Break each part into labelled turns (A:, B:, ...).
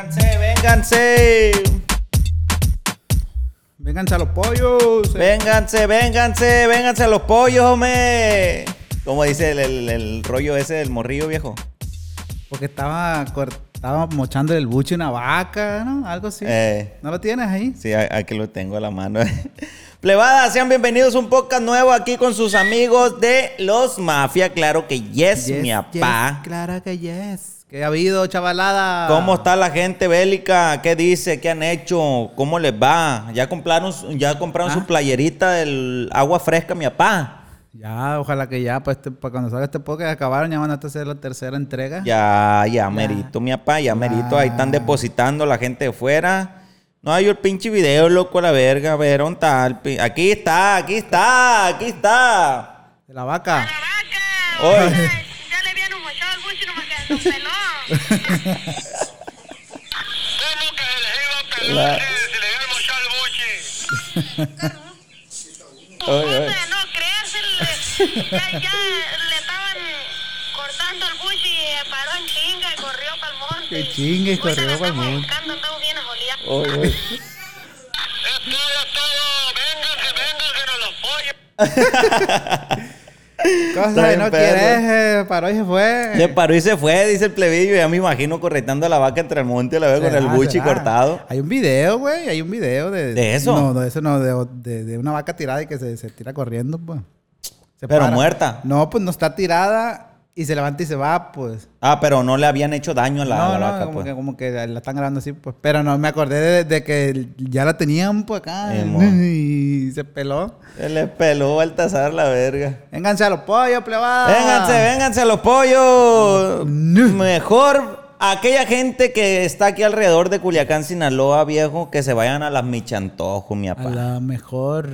A: Vénganse, vénganse.
B: Vénganse a los pollos. eh,
A: Vénganse, vénganse, vénganse a los pollos, hombre. Como dice el, el- el rollo ese del morrillo viejo.
B: Porque estaba, cor- estaba mochando el buche una vaca, ¿no? Algo así.
A: Eh.
B: ¿No lo tienes ahí?
A: Sí, a- aquí lo tengo a la mano. Plebada, sean bienvenidos a un podcast nuevo aquí con sus amigos de Los Mafia. Claro que yes,
B: Yes,
A: mi
B: yes,
A: apá.
B: claro que yes. ¿Qué ha habido, chavalada?
A: ¿Cómo está la gente bélica? ¿Qué dice? ¿Qué han hecho? ¿Cómo les va? ¿Ya compraron, su- ya compraron
B: Ah.
A: su playerita del agua fresca, mi apá?
B: Ya, ojalá que ya, pues, este- para cuando salga este podcast, acabaron, ya van a hacer la tercera entrega.
A: Ya, ya, merito, mi papá, ya, merito. Ahí
B: Ah.
A: están depositando la gente de fuera. No hay el pinche video, loco, la verga. A ver, ¿dónde está el pi- Aquí está, aquí está, aquí está.
B: De la vaca.
A: Oye,
C: Ya le habían mochado el buche nomás que un pelón.
D: ¿Cómo que se les iba a
A: La-
D: pelar que se le iba a mochar el buche?
A: oye, oye.
C: No creerse, ya, ya le estaban cortando el buche y eh, paró en chinga y corrió para el monte.
B: Que chingue y corrió
C: Puta, la
B: pa'l
C: estamos
B: monte.
C: buscando, estamos bien ajoleados.
A: Oye, oye.
D: Es todo, es todo. Vénganse, vénganse a los pollos.
B: Cosa
A: Está
B: que
A: bien,
B: no
A: perro.
B: quieres, eh, paró y se fue.
A: Se paró y se fue, dice el plebillo. Ya me imagino corretando a la vaca entre el monte, la veo con el
B: Será,
A: buchi
B: será.
A: cortado.
B: Hay un video, güey. Hay un video de.
A: ¿De eso?
B: No, no, de eso no. De, de- de una vaca tirada y que se, se tira corriendo, pues. Se
A: Pero muerta.
B: No, pues no está tirada y se levanta y se va, pues.
A: Ah, pero no le habían hecho daño a la,
B: no,
A: a la
B: no,
A: vaca,
B: como,
A: pues.
B: que, como que la están grabando así, pues. Pero no, me acordé de, de que ya la tenían, pues acá.
A: Eh, mo.
B: Y se peló.
A: Se le peló Baltasar la verga.
B: Vénganse a los pollos, plebada.
A: Vénganse, vénganse a los pollos.
B: No.
A: Mejor aquella gente que está aquí alrededor de Culiacán, Sinaloa, viejo, que se vayan a las michantojos, mi
B: A
A: papá.
B: la mejor.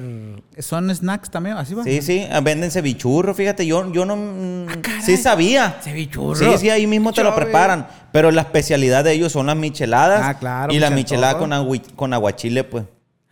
B: ¿Son snacks también? Así va.
A: Sí, sí, venden cevichurro, fíjate, yo, yo no... mm, sí sabía.
B: Ah, Cevichurro.
A: Sí, sí, ahí mismo te lo
B: Chove.
A: preparan. Pero la especialidad de ellos son las micheladas.
B: Ah, claro,
A: Y la michelada
B: michantojo.
A: con, agui- con aguachile, pues.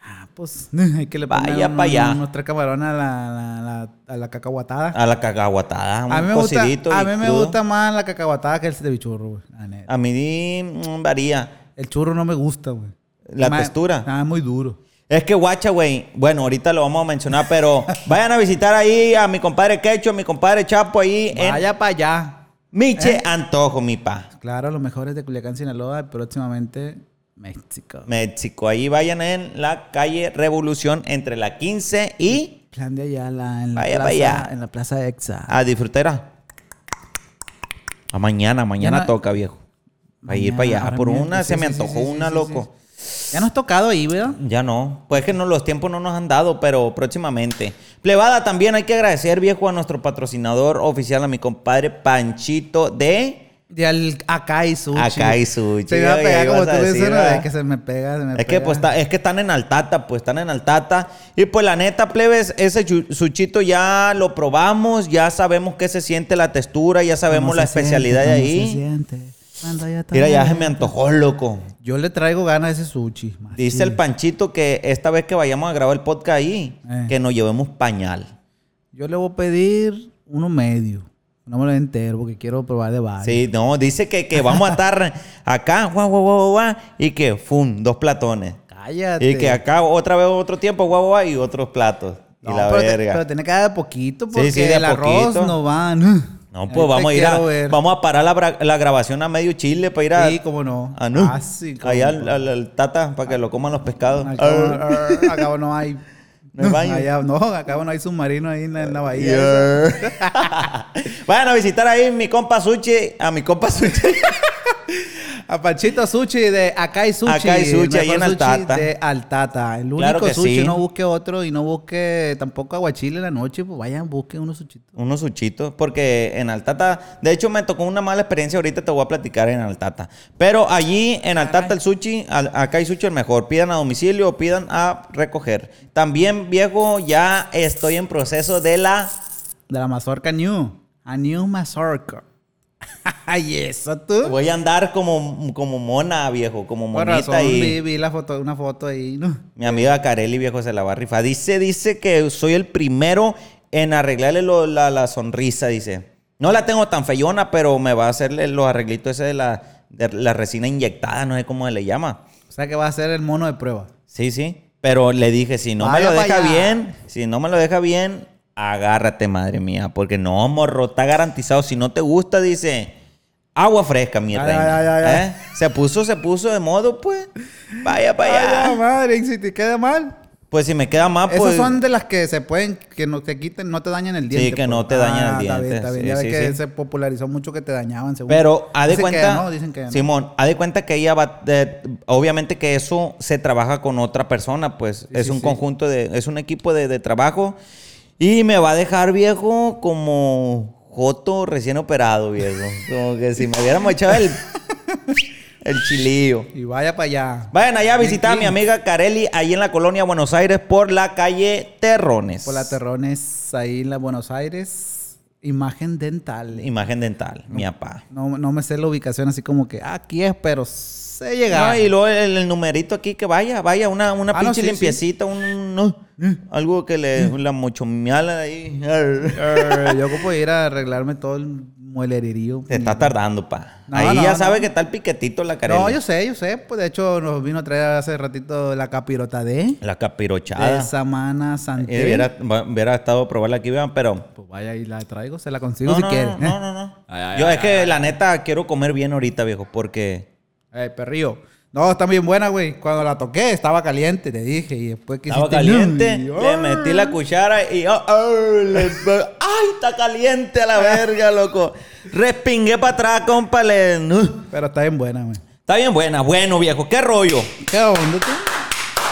B: Ah, pues hay que le pongan
A: Vaya
B: un-
A: pa' allá.
B: unos tres camarones a la, la- la- a la cacahuatada.
A: A la cagaguatada, Ah, un
B: A mí me gusta,
A: cocidito
B: a
A: y
B: mí me
A: crudo.
B: gusta más la cacahuatada que el de bichurro, güey. la neta.
A: A mí mm, varía.
B: El churro no me gusta, güey.
A: La
B: Ma-
A: textura.
B: Ah, muy duro.
A: Es que guacha, güey. Bueno, ahorita lo vamos a mencionar, pero vayan a visitar ahí a mi compadre Quecho, a mi compadre Chapo ahí en
B: Vaya ¿eh? para allá.
A: Miche Antojo, mi pa.
B: Claro, los mejores de Culiacán, Sinaloa y próximamente México.
A: México. Ahí vayan en la calle Revolución entre la 15 y
B: Plan de allá la- en la
A: Vaya pa'
B: plaza,
A: allá. Ah.
B: en la plaza Exa.
A: a disfrutera. A mañana, mañana
B: Ya no-
A: toca, viejo. Va a ir
B: Mañana,
A: para allá
B: ahora
A: por
B: mismo.
A: una,
B: Sí,
A: se me
B: sí, sí,
A: antojó
B: sí,
A: una,
B: sí,
A: loco.
B: Ya no has tocado ahí, güey.
A: Ya no. Pues es que no, los tiempos no nos han dado, pero próximamente. Plebada, también hay que agradecer, viejo, a nuestro patrocinador oficial, a mi compadre Panchito de.
B: De al Akai Sushi.
A: Akai Sushi,
B: Se me va a
A: oye,
B: pegar como
A: ibas a
B: tú dices,
A: decir,
B: ¿no?
A: ¿verdad?
B: Es que se me pega, se me
A: Es
B: pega.
A: que, pues, está- es que están en altata, pues están en altata. Y pues la neta, plebes, ese chu- suchito ya lo probamos, ya sabemos qué se siente la textura, ya sabemos la especialidad de ahí. Mira, ya se me antojó, loco.
B: Yo le traigo ganas a ese sushi.
A: Dice el panchito que esta vez que vayamos a grabar el podcast ahí,
B: Eh.
A: que nos llevemos pañal.
B: Yo le voy a pedir uno medio. No me lo entero porque quiero probar de varios.
A: Sí, no, dice que, que vamos a estar acá, guau, guau, guau, guau, y que, fum, dos platones.
B: Cállate.
A: Y que acá otra vez otro tiempo, guau, guau, y otros platos.
B: No,
A: y la
B: pero, te-
A: verga.
B: pero tiene que dar de poquito
A: Sí,
B: porque
A: sí, de
B: el
A: a
B: arroz
A: poquito.
B: no va.
A: No, pues vamos a ir a, vamos a parar la, bra- la grabación a medio chile para ir a,
B: Sí, cómo no.
A: a Nu-
B: Ah, sí, cómo
A: allá al,
B: no.
A: al- al Tata para que lo coman los pescados.
B: Al cabo,
A: Arr.
B: ar, al cabo no hay.
A: No hay baño.
B: allá- no, al cabo no hay submarino ahí en la, en la bahía.
A: Vayan a visitar ahí mi compa Suchi, a mi compa Suchi.
B: A Panchito Sushi de Akai Sushi.
A: Akai Sushi,
B: el mejor
A: ahí en
B: sushi
A: Altata.
B: De Altata. El único
A: Claro que
B: sushi.
A: sí.
B: No busque otro y no busque tampoco aguachile en la noche. Pues vayan, busquen unos suchitos.
A: Unos suchitos, porque en Altata, de hecho me tocó una mala experiencia, ahorita te voy a platicar en Altata. Pero allí en Altata el sushi, al- acá hay sushi el mejor, pidan a domicilio o pidan a recoger. También viejo, ya estoy en proceso de la
B: De la mazorca New. A New Mazorca. y eso tú.
A: Voy a andar como, como mona, viejo, como
B: Por
A: monita
B: razón, vi,
A: y
B: vi la foto, una foto ahí. ¿no?
A: mi amiga Carelli, viejo, se la va a rifar. Dice, dice que soy el primero en arreglarle lo- la, la sonrisa, dice. No la tengo tan feyona, pero me va a hacerle los arreglitos ese de la de la resina inyectada, no sé cómo se le llama.
B: O sea que va a ser el mono de prueba.
A: Sí, sí. Pero le dije, si no
B: Vaya
A: me lo
B: pa'
A: deja
B: allá.
A: bien, si no me lo deja bien, agárrate, madre mía. Porque no, morro, está garantizado. Si no te gusta, dice, agua fresca, mi
B: Ay,
A: reina.
B: ay, ay, ay.
A: ¿Eh? Se puso, se puso de modo, pues. Vaya para allá.
B: Ay, la madre, y si te queda mal.
A: Pues si me queda más, pues.
B: Esas son de las que se pueden, que no te quiten, no te dañan el
A: Sí,
B: diente. pues. Ah,
A: que no te dañan el
B: está bien,
A: diente.
B: está bien.
A: Sí,
B: ya ves
A: sí,
B: que
A: sí.
B: se popularizó mucho que te dañaban, según.
A: Pero haz de
B: Dicen que
A: cuenta,
B: no, dicen que no.
A: Simón, haz de cuenta que ella va, de- obviamente que eso se trabaja con otra persona, pues es
B: sí,
A: un
B: sí.
A: conjunto de, es un equipo de, de trabajo y me va a dejar viejo como Joto recién operado, viejo. Como que si me hubiéramos echado el, el chilillo.
B: Y vaya para allá.
A: Vayan allá a
B: Bien
A: visitar a mi
B: clean.
A: amiga Careli ahí en la colonia Buenos Aires por la calle Terrones.
B: Por la Terrones, ahí en la Buenos Aires. Imagen dental.
A: Imagen dental, mi papá.
B: No, no me sé la ubicación así como que ah, aquí es, pero sé llegar.
A: No, y luego el, el numerito aquí que vaya, vaya, una, una
B: Ah, no,
A: pinche
B: sí, Mm.
A: limpiecita, un, no, algo que le la mochomiala ahí.
B: Eh, Yo ocupo ir a arreglarme todo el muelererío.
A: Se está tardando, pa.
B: Mm. No,
A: ahí
B: no,
A: ya
B: no.
A: sabe que está el piquetito la carela.
B: No, yo sé, yo sé. Pues de hecho nos vino a traer hace ratito la capirota de,
A: La
B: de
A: capirochada.
B: Samana Santé.
A: Eh, hubiera, va- hubiera estado a probarla aquí, vean, pero.
B: Pues vaya y la traigo, se la consigo
A: No,
B: si
A: no,
B: quiere. ¿eh?
A: no, no, no, no. Yo es que la neta quiero comer bien ahorita, viejo, porque.
B: Eh, perrillo. No, está bien buena, güey. Cuando la toqué estaba caliente, te dije. Y después que
A: Estaba
B: hiciste-
A: caliente,
B: Uy,
A: le metí la cuchara y oh, oh, le- ¡Ay, está caliente a la verga, loco! Respingué para atrás, compa, le...
B: Pero está bien buena, güey.
A: Está bien buena, bueno viejo, qué rollo.
B: ¿Qué onda tú?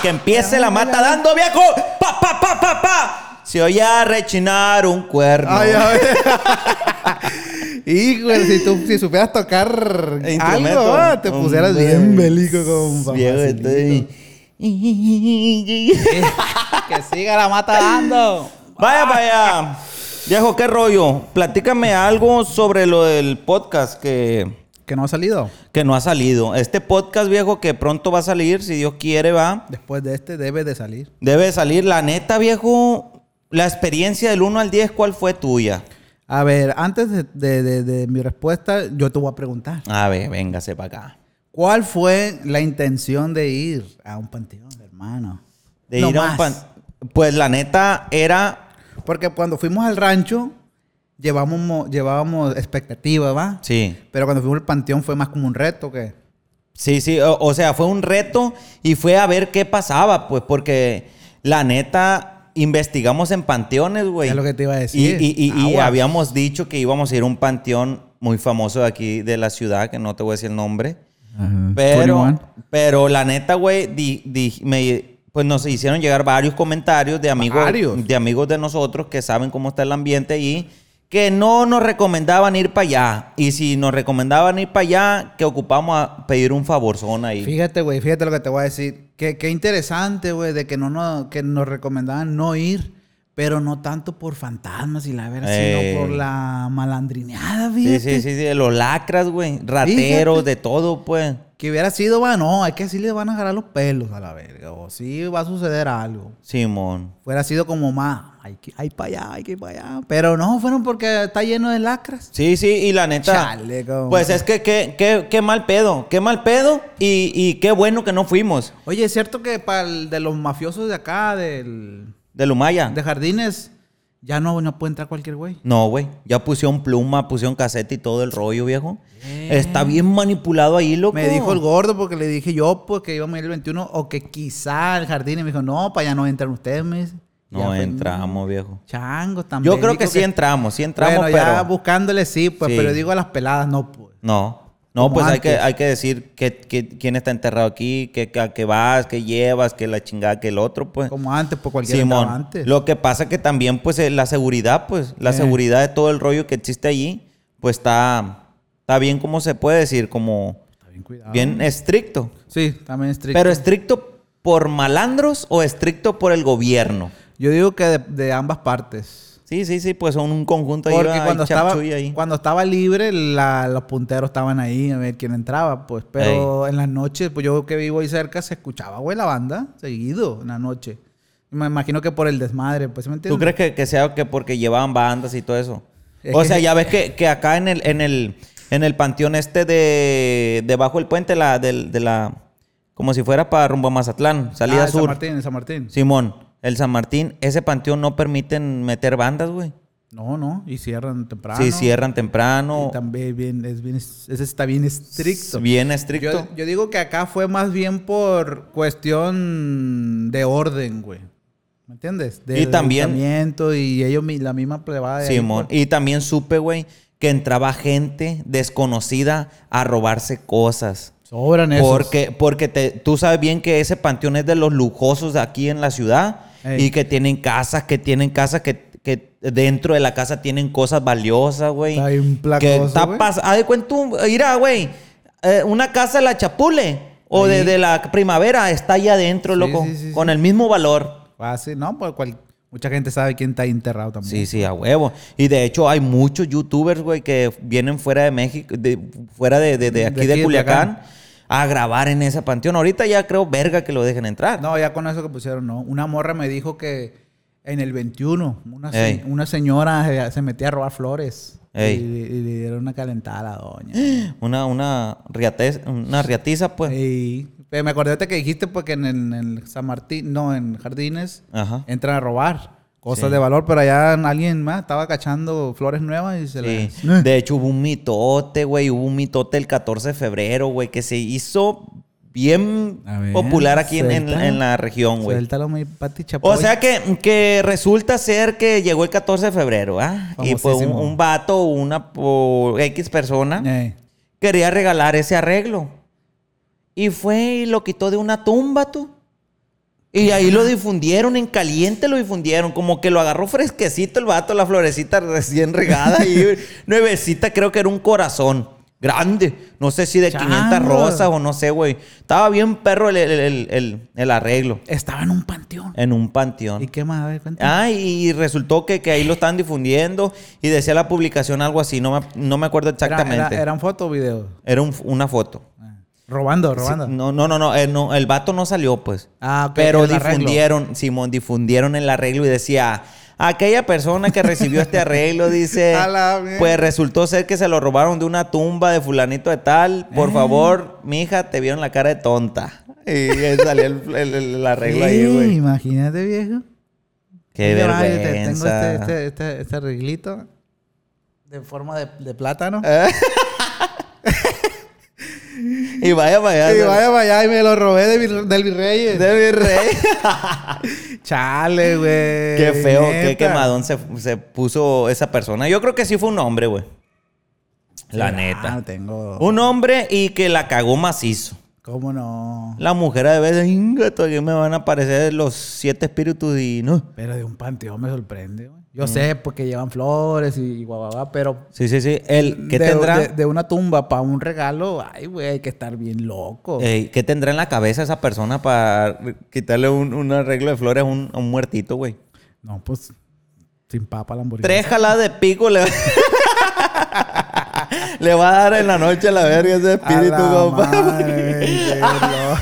A: Que empiece la mata dando viejo. Pa pa pa pa pa. Se oye a rechinar un cuerno.
B: Ay, ay. Hijo, si tú si supieras tocar
A: E instrumento.
B: algo, ah, te pusieras
A: Hombre,
B: bien bélico con
A: Viejo,
B: papacito.
A: estoy.
B: Que siga la mata dando.
A: Vaya para allá. Viejo, qué rollo. Platícame algo sobre lo del podcast que
B: Que no ha salido.
A: que no ha salido. Este podcast viejo que pronto va a salir, si Dios quiere va.
B: Después de este debe de salir.
A: Debe salir la neta, viejo. La experiencia del 1 al 10, ¿cuál fue tuya?
B: A ver, antes de, de- de- de mi respuesta, yo te voy a preguntar.
A: A ver, véngase para acá.
B: ¿Cuál fue la intención de ir a un panteón, hermano?
A: De
B: No
A: ir a un
B: más.
A: pan- Pues la neta era.
B: Porque cuando fuimos al rancho, llevamos, mo- llevábamos expectativas, ¿va?
A: Sí.
B: Pero cuando fuimos al panteón fue más como un reto que...
A: Sí, sí. O, o sea, fue un reto y fue a ver qué pasaba, pues, porque la neta investigamos en panteones, güey.
B: Es lo que te iba a decir.
A: Y, y- y- y
B: Aguas.
A: habíamos dicho que íbamos a ir a un panteón muy famoso de aquí, de la ciudad, que no te voy a decir el nombre. Pero,
B: 21.
A: pero la neta, güey, di- di- me- pues nos hicieron llegar varios comentarios de amigos,
B: Varios.
A: de amigos de nosotros que saben cómo está el ambiente y que no nos recomendaban ir para allá. Y si nos recomendaban ir para allá, que ocupamos a pedir un favorzón ahí.
B: Fíjate, güey, fíjate lo que te voy a decir. Qué, qué interesante, güey, de que, no, no, que nos recomendaban no ir, pero no tanto por fantasmas y la verdad,
A: Ey.
B: sino por la malandrineada,
A: Eh. Sí,
B: fíjate.
A: sí, sí, sí, de los lacras, güey, rateros, de todo, pues.
B: Que hubiera sido, va, no, es que así le van a agarrar los pelos a la verga, o sí va a suceder algo.
A: Simón.
B: Fuera sido como más, hay que ir para allá, hay que ir para allá. Pero no, fueron porque está lleno de lacras.
A: Sí, sí, y la neta.
B: Chale, cabrón.
A: pues es que qué, qué, qué mal pedo, qué mal pedo y, y qué bueno que no fuimos.
B: Oye, es cierto que para el de los mafiosos de acá, del,
A: De Lumaya.
B: de Jardines, ya no, no puede entrar cualquier güey.
A: No, güey. Ya pusieron pluma, pusieron casete y todo el rollo, viejo. Está bien manipulado ahí, loco.
B: Me dijo el gordo porque le dije yo pues que íbamos a ir el 21 o que quizá al jardín y me dijo, no, para allá no entran ustedes. Me dice. Ya
A: No
B: fue,
A: entramos, viejo.
B: "Mm, Chango también.
A: Yo creo que sí entramos, sí entramos,
B: bueno,
A: pero.
B: ya buscándole sí, pues,
A: Sí.
B: pero digo a las peladas, no, pues.
A: No. No,
B: Como
A: pues hay
B: antes.
A: que, hay que decir que, quién está enterrado aquí, que, que, a qué vas, qué llevas, que la chingada, que el otro, pues.
B: Como antes, pues cualquiera
A: Simón,
B: entraba antes.
A: lo que pasa que también, pues, eh, la seguridad, pues, la
B: Eh.
A: seguridad de todo el rollo que existe allí, pues, está, está bien, como se puede decir, como
B: Está bien cuidado.
A: bien estricto.
B: Sí, también estricto.
A: Pero estricto por malandros o estricto por el gobierno.
B: Yo digo que de, de ambas partes.
A: Sí, sí, sí, pues son un conjunto ahí,
B: Porque
A: va,
B: cuando
A: hay
B: estaba,
A: chapchuy ahí.
B: cuando estaba libre, la- los punteros estaban ahí a ver quién entraba, pues. Pero en las noches, pues yo que vivo ahí cerca, se escuchaba, güey, la banda seguido en la noche. Y Me imagino que por el desmadre, pues, ¿sí ¿me entiendes?
A: ¿Tú crees que, que sea que porque llevaban bandas y todo eso?
B: Es
A: o
B: que-
A: sea, ya ves que, que acá en el, en el, en el panteón este de debajo del puente, la, del- de la, como si fuera para rumbo a Mazatlán, salida
B: Ah, en San
A: sur.
B: Martín, en San Martín.
A: Simón, el San Martín, ese panteón no permiten meter bandas, güey.
B: No, no, y cierran temprano.
A: Sí, cierran temprano.
B: Ah, Y También bien, es bien, ese está bien estricto.
A: Bien estricto.
B: Yo, yo digo que acá fue más bien por cuestión de orden, güey. ¿Me entiendes? Del
A: Y también-
B: ayuntamiento Y ellos, mi- la misma plebada. de ahí,
A: Simón.
B: pues.
A: Y también supe, güey, que entraba gente desconocida a robarse cosas.
B: Sobran esos.
A: Porque, porque te- tú sabes bien que ese panteón es de los lujosos de aquí en la ciudad
B: Ey.
A: y que tienen casas, que tienen casas, que, que dentro de la casa tienen cosas valiosas, güey.
B: Está bien placoso,
A: Que está
B: güey.
A: pas- haz de cuenta, un- mira, güey, eh, una casa de la Chapule o de,
B: Ahí.
A: de la Primavera está ahí adentro,
B: Sí,
A: loco,
B: sí, sí,
A: con
B: sí.
A: el mismo valor.
B: Fácil, ¿no? Por cual- mucha gente sabe quién está ahí enterrado
A: Sí,
B: también.
A: sí, a huevo. Y de hecho hay muchos youtubers, güey, que vienen fuera de México, de, fuera de, de- de aquí de,
B: aquí de
A: Culiacán,
B: Culiacán.
A: a grabar en esa panteón. Ahorita ya creo, verga, que lo dejen entrar.
B: No, ya con eso que pusieron, no. Una morra me dijo que en el 21 una, se-
A: Ey.
B: una señora se, se metía a robar flores.
A: Ey.
B: Y, le- y le dieron una calentada a la doña.
A: Una, una, riatez- una riatiza, pues.
B: Ey. Pero me acordé ahorita que dijiste porque en, el- en el San Martín, no, en Jardines,
A: Ajá.
B: entran a robar cosas
A: Sí.
B: de valor, pero allá alguien más estaba cachando flores nuevas y se
A: Sí.
B: las...
A: De hecho, hubo un mitote, güey. Hubo un mitote el 14 de febrero, güey, que se hizo bien
B: A ver,
A: popular aquí en, en-
B: suelta.
A: en la región, güey.
B: Suéltalo, mi Pati
A: O
B: Chapoy.
A: sea que, que resulta ser que llegó el 14 de febrero, ¿ah? Y fue un,
B: Famosísimo.
A: un vato o una o X persona
B: Ey.
A: quería regalar ese arreglo. Y fue y lo quitó de una tumba, tú. Y ahí lo difundieron, en caliente lo difundieron, como que lo agarró fresquecito el vato, la florecita recién regada y nuevecita, creo que era un corazón grande, no sé si de
B: Changos.
A: 500 rosas o no sé, güey. Estaba bien perro el, el- el- el- el arreglo
B: Estaba en un panteón.
A: en un panteón.
B: ¿Y qué más? A ver, cuéntame.
A: Ah, y resultó que, que ahí lo estaban difundiendo y decía la publicación algo así, no me, no me acuerdo
B: Era-
A: exactamente. Era,
B: era, ¿Eran fotos o videos?
A: un- una foto.
B: Robando,
A: Sí,
B: robando.
A: no, no, no, no, eh, no, el vato no salió, pues.
B: Ah, ok,
A: Pero
B: el arreglo.
A: difundieron, Simón, difundieron el arreglo y decía, aquella persona que recibió este arreglo, dice,
B: A la mierda.
A: pues resultó ser que se lo robaron de una tumba de fulanito de tal,
B: Eh.
A: por favor, mija, te vieron la cara de tonta. Y ahí salió el, el- el- el arreglo ahí,
B: Sí,
A: güey.
B: Imagínate, viejo.
A: Qué
B: Mira, vaya, te-
A: vergüenza.
B: Tengo este, este, este, este arreglito de forma de, de plátano.
A: Ah, Y vaya para allá.
B: este Y
A: se-
B: vaya vaya y me lo robé de vir- del virrey.
A: De mi rey.
B: Chale, güey.
A: qué feo, qué
B: neta.
A: quemadón se, se puso esa persona. Yo creo que sí fue un hombre, güey. La
B: Sí,
A: neta.
B: ah, tengo.
A: Un hombre y que la cagó macizo.
B: ¿Cómo no?
A: La mujer de vez inga, todavía me van a aparecer los siete espíritus y no.
B: Pero de un panteón me sorprende,
A: Mm.
B: güey. Yo sé, porque llevan flores y guababá, pero.
A: Sí, sí, sí. El, ¿qué,
B: de,
A: tendrá,
B: De, de una tumba para un regalo, ay, güey, hay que estar bien loco.
A: Ey, ¿Qué tendrá en la cabeza esa persona para quitarle un, un arreglo de flores a un, a un muertito, güey?
B: No, pues. Sin papa la hamburguesa.
A: Tres jaladas de pico le, le va a dar en la noche a la verga ese
B: A la
A: espíritu, compa.
B: madre, qué loco.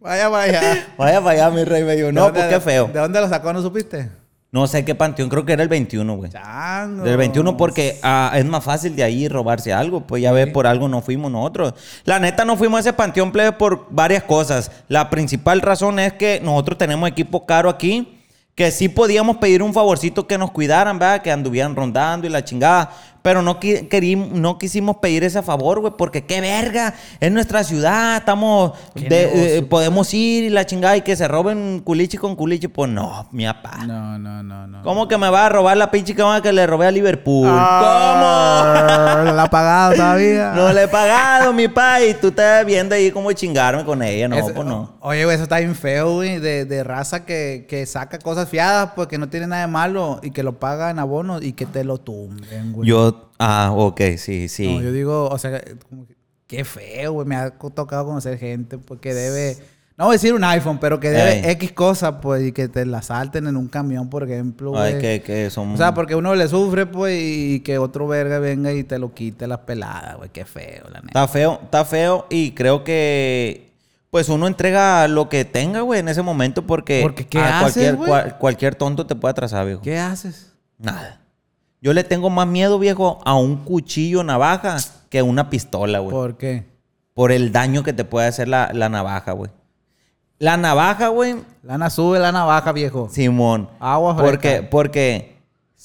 B: Vaya, vaya.
A: Vaya para allá, mi rey bello.
B: ¿De
A: No,
B: dónde-
A: pues qué feo.
B: ¿De dónde lo sacó? ¿No supiste?
A: No sé qué panteón, creo que era el 21, güey.
B: Chango.
A: Del 21 porque ah, es más fácil de ahí robarse algo. Pues ya ves, por algo no fuimos nosotros. La neta no fuimos a ese panteón plebe por varias cosas. La principal razón es que nosotros tenemos equipo caro aquí. Que sí podíamos pedir un favorcito que nos cuidaran, ¿verdad? Que anduvieran rondando y la chingada. Pero no, qui- querim- no quisimos pedir ese favor, güey. Porque qué verga. Es nuestra ciudad. Estamos... de-
B: Qué negocio.
A: eh, podemos ir y la chingada. Y que se roben culichi con culichi. Pues no, mi papá.
B: No, no, no, no.
A: ¿Cómo que me va a robar la pinche cama que le robé a Liverpool?
B: Ah, No la ha pagado todavía.
A: ¿Cómo? No le he pagado, mi pa, y tú estás viendo ahí cómo chingarme con ella. No,
B: Eso-
A: pues no.
B: Oye, güey, eso está bien feo, güey, de, de raza que, que saca cosas fiadas porque no tiene nada de malo y que lo paga en abono y que te lo tumben, güey.
A: Yo, ah, ok, sí, sí.
B: oh, No, yo digo, o sea, como que, qué feo, güey. Me ha co- tocado conocer gente porque debe, no voy a decir un iPhone, pero que debe
A: Ey.
B: X cosas, pues, y que te la salten en un camión, por ejemplo,
A: Ay, mm.
B: güey.
A: que, que son...
B: O sea, porque uno le sufre, pues, y que otro verga venga y te lo quite las peladas, güey. Qué feo, la neta.
A: Está feo, está feo y creo que... Pues uno entrega lo que tenga, güey, en ese momento porque...
B: Porque ¿qué haces,
A: cualquier,
B: güey?
A: cual- cualquier tonto te puede atrasar, viejo.
B: ¿Qué haces?
A: Nada. Yo le tengo más miedo, viejo, a un cuchillo navaja que a una pistola, güey. Por,
B: ¿Por qué?
A: el daño que te puede hacer la, la navaja, güey. La navaja, güey,
B: Lana sube, lana baja, viejo.
A: Simón.
B: Agua fresca.
A: Porque, porque te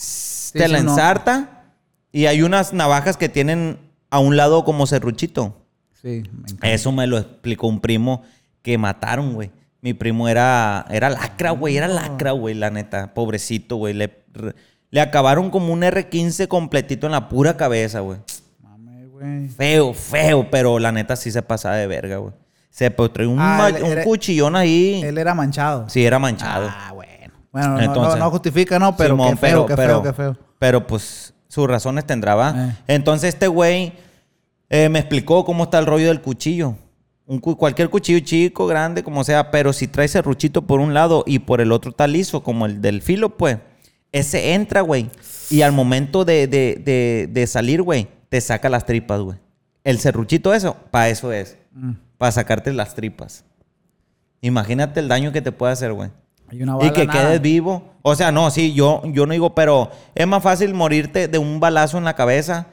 B: sí,
A: la
B: no.
A: ensarta y hay unas navajas que tienen a un lado como serruchito.
B: Sí, me encanta.
A: Eso me lo explicó un primo que mataron, güey. Mi primo era, era lacra, güey. Era lacra, güey, la neta. Pobrecito, güey. Le, re- le acabaron como un R15 completito en la pura cabeza, güey.
B: Mame, güey.
A: Feo, feo, pero la neta sí se pasaba de verga, güey. Se pues, traía un,
B: Ah,
A: ma-
B: él
A: un
B: era-
A: cuchillón ahí.
B: Él era manchado.
A: Sí, era manchado.
B: Ah, bueno. Bueno, no-
A: Entonces-
B: no, no justifica, ¿no? Pero
A: Simón,
B: qué
A: pero-
B: feo, qué
A: pero-
B: feo, qué feo.
A: Pero pues sus razones tendrá, ¿va?
B: Eh.
A: Entonces este güey eh, me explicó cómo está el rollo del cuchillo. Un cu- cualquier cuchillo chico, grande, como sea, pero si trae serruchito por un lado y por el otro está liso, como el del filo, pues, ese entra, güey. Y al momento de, de- de- de salir, güey, te saca las tripas, güey. El serruchito, eso, para eso es.
B: Mm.
A: Para sacarte las tripas. Imagínate el daño que te puede hacer, güey.
B: Hay una
A: Y
B: bala,
A: que
B: nada.
A: quedes vivo. O sea, no, sí, yo, yo no digo, pero es más fácil morirte de un balazo en la cabeza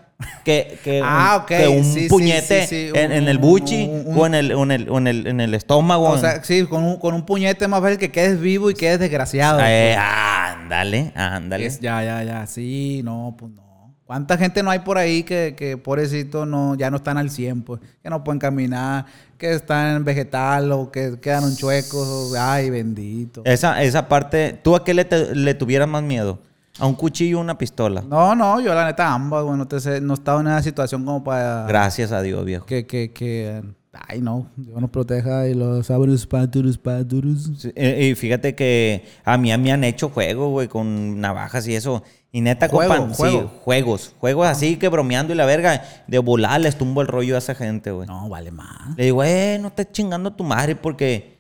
A: que, que
B: Ah,
A: un,
B: ok.
A: que un
B: Sí, sí,
A: puñete
B: sí, sí.
A: En, en el
B: Un-
A: buchi
B: un- un-
A: o en el, o en el, o en el, en el estómago.
B: O sea, sí, con un, con un puñete más fácil que quedes vivo y quedes desgraciado.
A: Eh, ándale, ándale.
B: Es- ya, ya, ya. Sí, no, pues no. ¿Cuánta gente no hay por ahí que, que pobrecito no, ya no están al 100, pues? Que no pueden caminar, que están vegetal o que quedaron chuecos. o- ay, bendito.
A: Esa, esa parte, ¿tú a qué le, te- le tuvieras más miedo? ¿A un cuchillo o una pistola?
B: No, no, yo la neta ambas, güey. No, te sé- no he estado en una situación como para...
A: Gracias a Dios, viejo.
B: Que, que, que... Ay, no. Dios nos proteja y los aburus paturus paturus.
A: Sí, eh, Y fíjate que a mí me han hecho juegos, güey, con navajas y eso. Y neta,
B: Juego,
A: compa,
B: juego. Ah.
A: sí, juegos. Juegos así que bromeando y la verga. De volar les tumbo el rollo a esa gente, güey.
B: No, vale más.
A: Le digo, eh, no estés chingando a tu madre porque...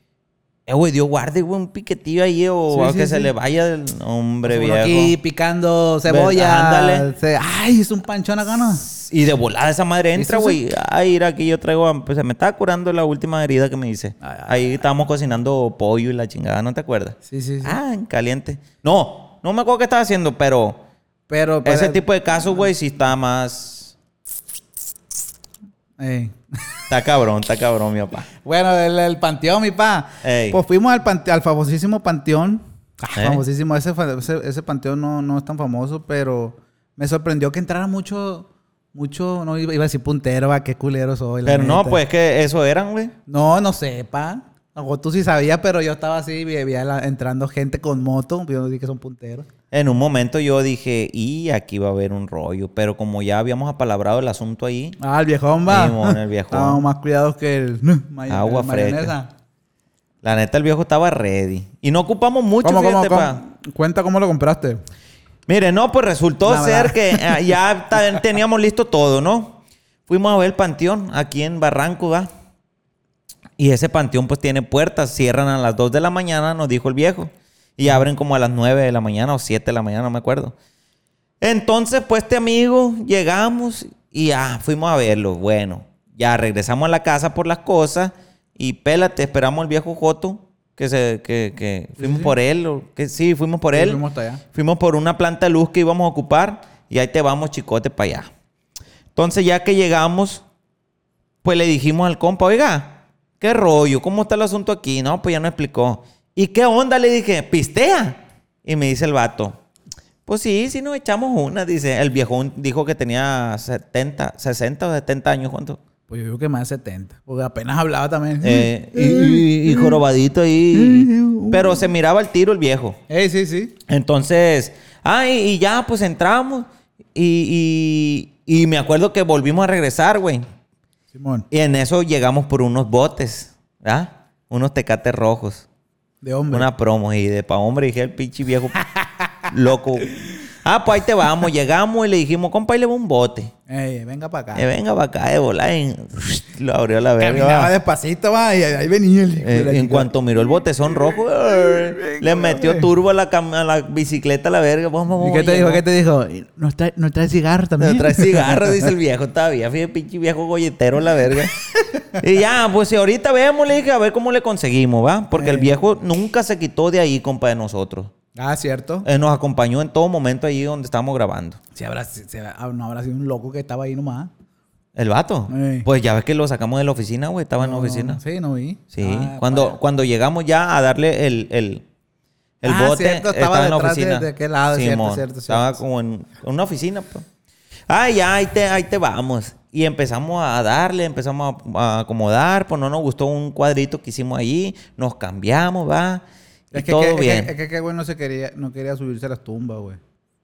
A: Eh, güey, Dios guarde, güey, un piquetillo ahí o
B: Sí,
A: a
B: sí,
A: que se
B: sí.
A: le vaya el hombre
B: Uno
A: viejo.
B: aquí picando cebolla.
A: ándale.
B: se- ay, es un panchón acá, ¿no?
A: Y de volada esa madre entra,
B: sí.
A: güey. Ay, mira, aquí yo traigo... Pues, se me estaba curando la última herida que me hice. Ahí estábamos cocinando pollo y la chingada, ¿no te acuerdas?
B: Sí, sí, sí.
A: Ah, en caliente. No, no me acuerdo qué estaba haciendo, pero
B: Pero... pues,
A: ese
B: pero-
A: tipo de casos, güey, sí está más.
B: Ey.
A: Está cabrón, está cabrón, mi papá.
B: Bueno, el, el panteón, mi pa.
A: Ey.
B: Pues fuimos al, pante- al famosísimo panteón. Ah,
A: ¿Eh?
B: Famosísimo. Ese, fa- ese, ese panteón no, no es tan famoso, pero me sorprendió que entrara mucho, mucho, no iba iba a decir puntero, va, qué culero soy. la
A: Pero no,
B: neta.
A: pues es que eso eran, güey.
B: No, no sé, pa. A lo mejor tú sí sabías, pero yo estaba así, vi- vi a la- entrando gente con moto. Yo no dije que son punteros.
A: En un momento yo dije, y aquí va a haber un rollo. Pero como ya habíamos apalabrado el asunto ahí,
B: Ah, el viejón, va.
A: Sí, mon, el viejón.
B: Estábamos más cuidados que el may-
A: Agua
B: la
A: fresca.
B: mayonesa.
A: la neta el viejo estaba ready. Y no ocupamos mucho,
B: ¿Cómo, cómo,
A: fíjate,
B: cómo?
A: pa.
B: Cuenta cómo lo compraste.
A: Mire, no, pues resultó
B: La
A: ser
B: verdad.
A: que eh, ya ta- teníamos listo todo, ¿no? Fuimos a ver el panteón aquí en Barranco, ¿va? Y ese panteón pues tiene puertas, cierran a las 2 de la mañana, nos dijo el viejo, y abren como a las 9 de la mañana o 7 de la mañana, no me acuerdo. Entonces, pues este amigo, llegamos y ah, fuimos a verlo. Bueno, ya regresamos a la casa por las cosas y pélate, esperamos al viejo Joto, que, se, que, que fuimos por él, o que sí, fuimos por
B: Sí,
A: él.
B: fuimos hasta allá.
A: Fuimos por una planta de luz que íbamos a ocupar y ahí te vamos, chicote, para allá. Entonces, ya que llegamos, pues le dijimos al compa, oiga, ¿qué rollo? ¿Cómo está el asunto aquí? No, pues ya no explicó. ¿Y qué onda? Le dije, pistea. Y me dice el vato, pues sí, sí nos echamos una, dice. El viejón dijo que tenía 70, 60 o 70 años, ¿cuánto?
B: Pues yo digo que más de 70. Porque apenas hablaba también.
A: Eh, y, y- y jorobadito ahí. Pero se miraba el tiro el viejo.
B: Ey, sí, sí.
A: Entonces, ah, y, y ya, pues entramos. Y, y- y me acuerdo que volvimos a regresar, güey.
B: Simón.
A: Y en eso llegamos por unos botes, ¿verdad? Unos tecates rojos.
B: De hombre.
A: Una promo y de pa' hombre dije el pinche viejo loco. Ah, pues ahí te vamos. Llegamos y le dijimos, compa, ahí le va un bote.
B: Ey, venga para acá.
A: Eh, venga para acá de volar. y Lo abrió la verga.
B: Caminaba
A: va.
B: despacito, va. Y ahí venía el hijo
A: Eh,
B: de la
A: en
B: chica.
A: cuanto miró el botezón rojo, eh, le metió turbo a la, cam- a la bicicleta a la verga. Vamos,
B: ¿Y
A: vamos,
B: qué te dijo?
A: vamos.
B: ¿Qué te dijo? ¿Y ¿No trae, no trae cigarro también?
A: No trae cigarro, dice el viejo todavía. Fíjate, pinche viejo golletero, la verga. Y ya, pues si
B: Eh.
A: ahorita vemos, le dije, a ver cómo le conseguimos, ¿va? Porque el viejo nunca se quitó de ahí, compa, de nosotros.
B: Ah, cierto.
A: Eh, nos acompañó en todo momento ahí donde estábamos grabando.
B: Si habrá, si- si- ah, no habrá sido un loco que estaba ahí nomás.
A: El vato.
B: Ey.
A: Pues ya ves que lo sacamos de la oficina, güey. Estaba en la
B: No,
A: oficina.
B: Sí, no vi.
A: Sí,
B: Ah,
A: cuando,
B: vaya.
A: cuando llegamos ya a darle el, el, el
B: Ah,
A: bote,
B: cierto, estaba
A: en la
B: detrás de-
A: oficina.
B: de aquel lado, cierto,
A: Simón,
B: cierto,
A: Estaba
B: cierto.
A: como en una oficina. pues. Ah, ya, ahí te, ahí te vamos. Y empezamos a darle, empezamos a, a acomodar, pues no nos gustó un cuadrito que hicimos allí, nos cambiamos, va, y
B: Es que,
A: todo
B: que- es que-
A: bien.
B: Es que, que güey no se quería, no quería subirse a las tumbas, güey.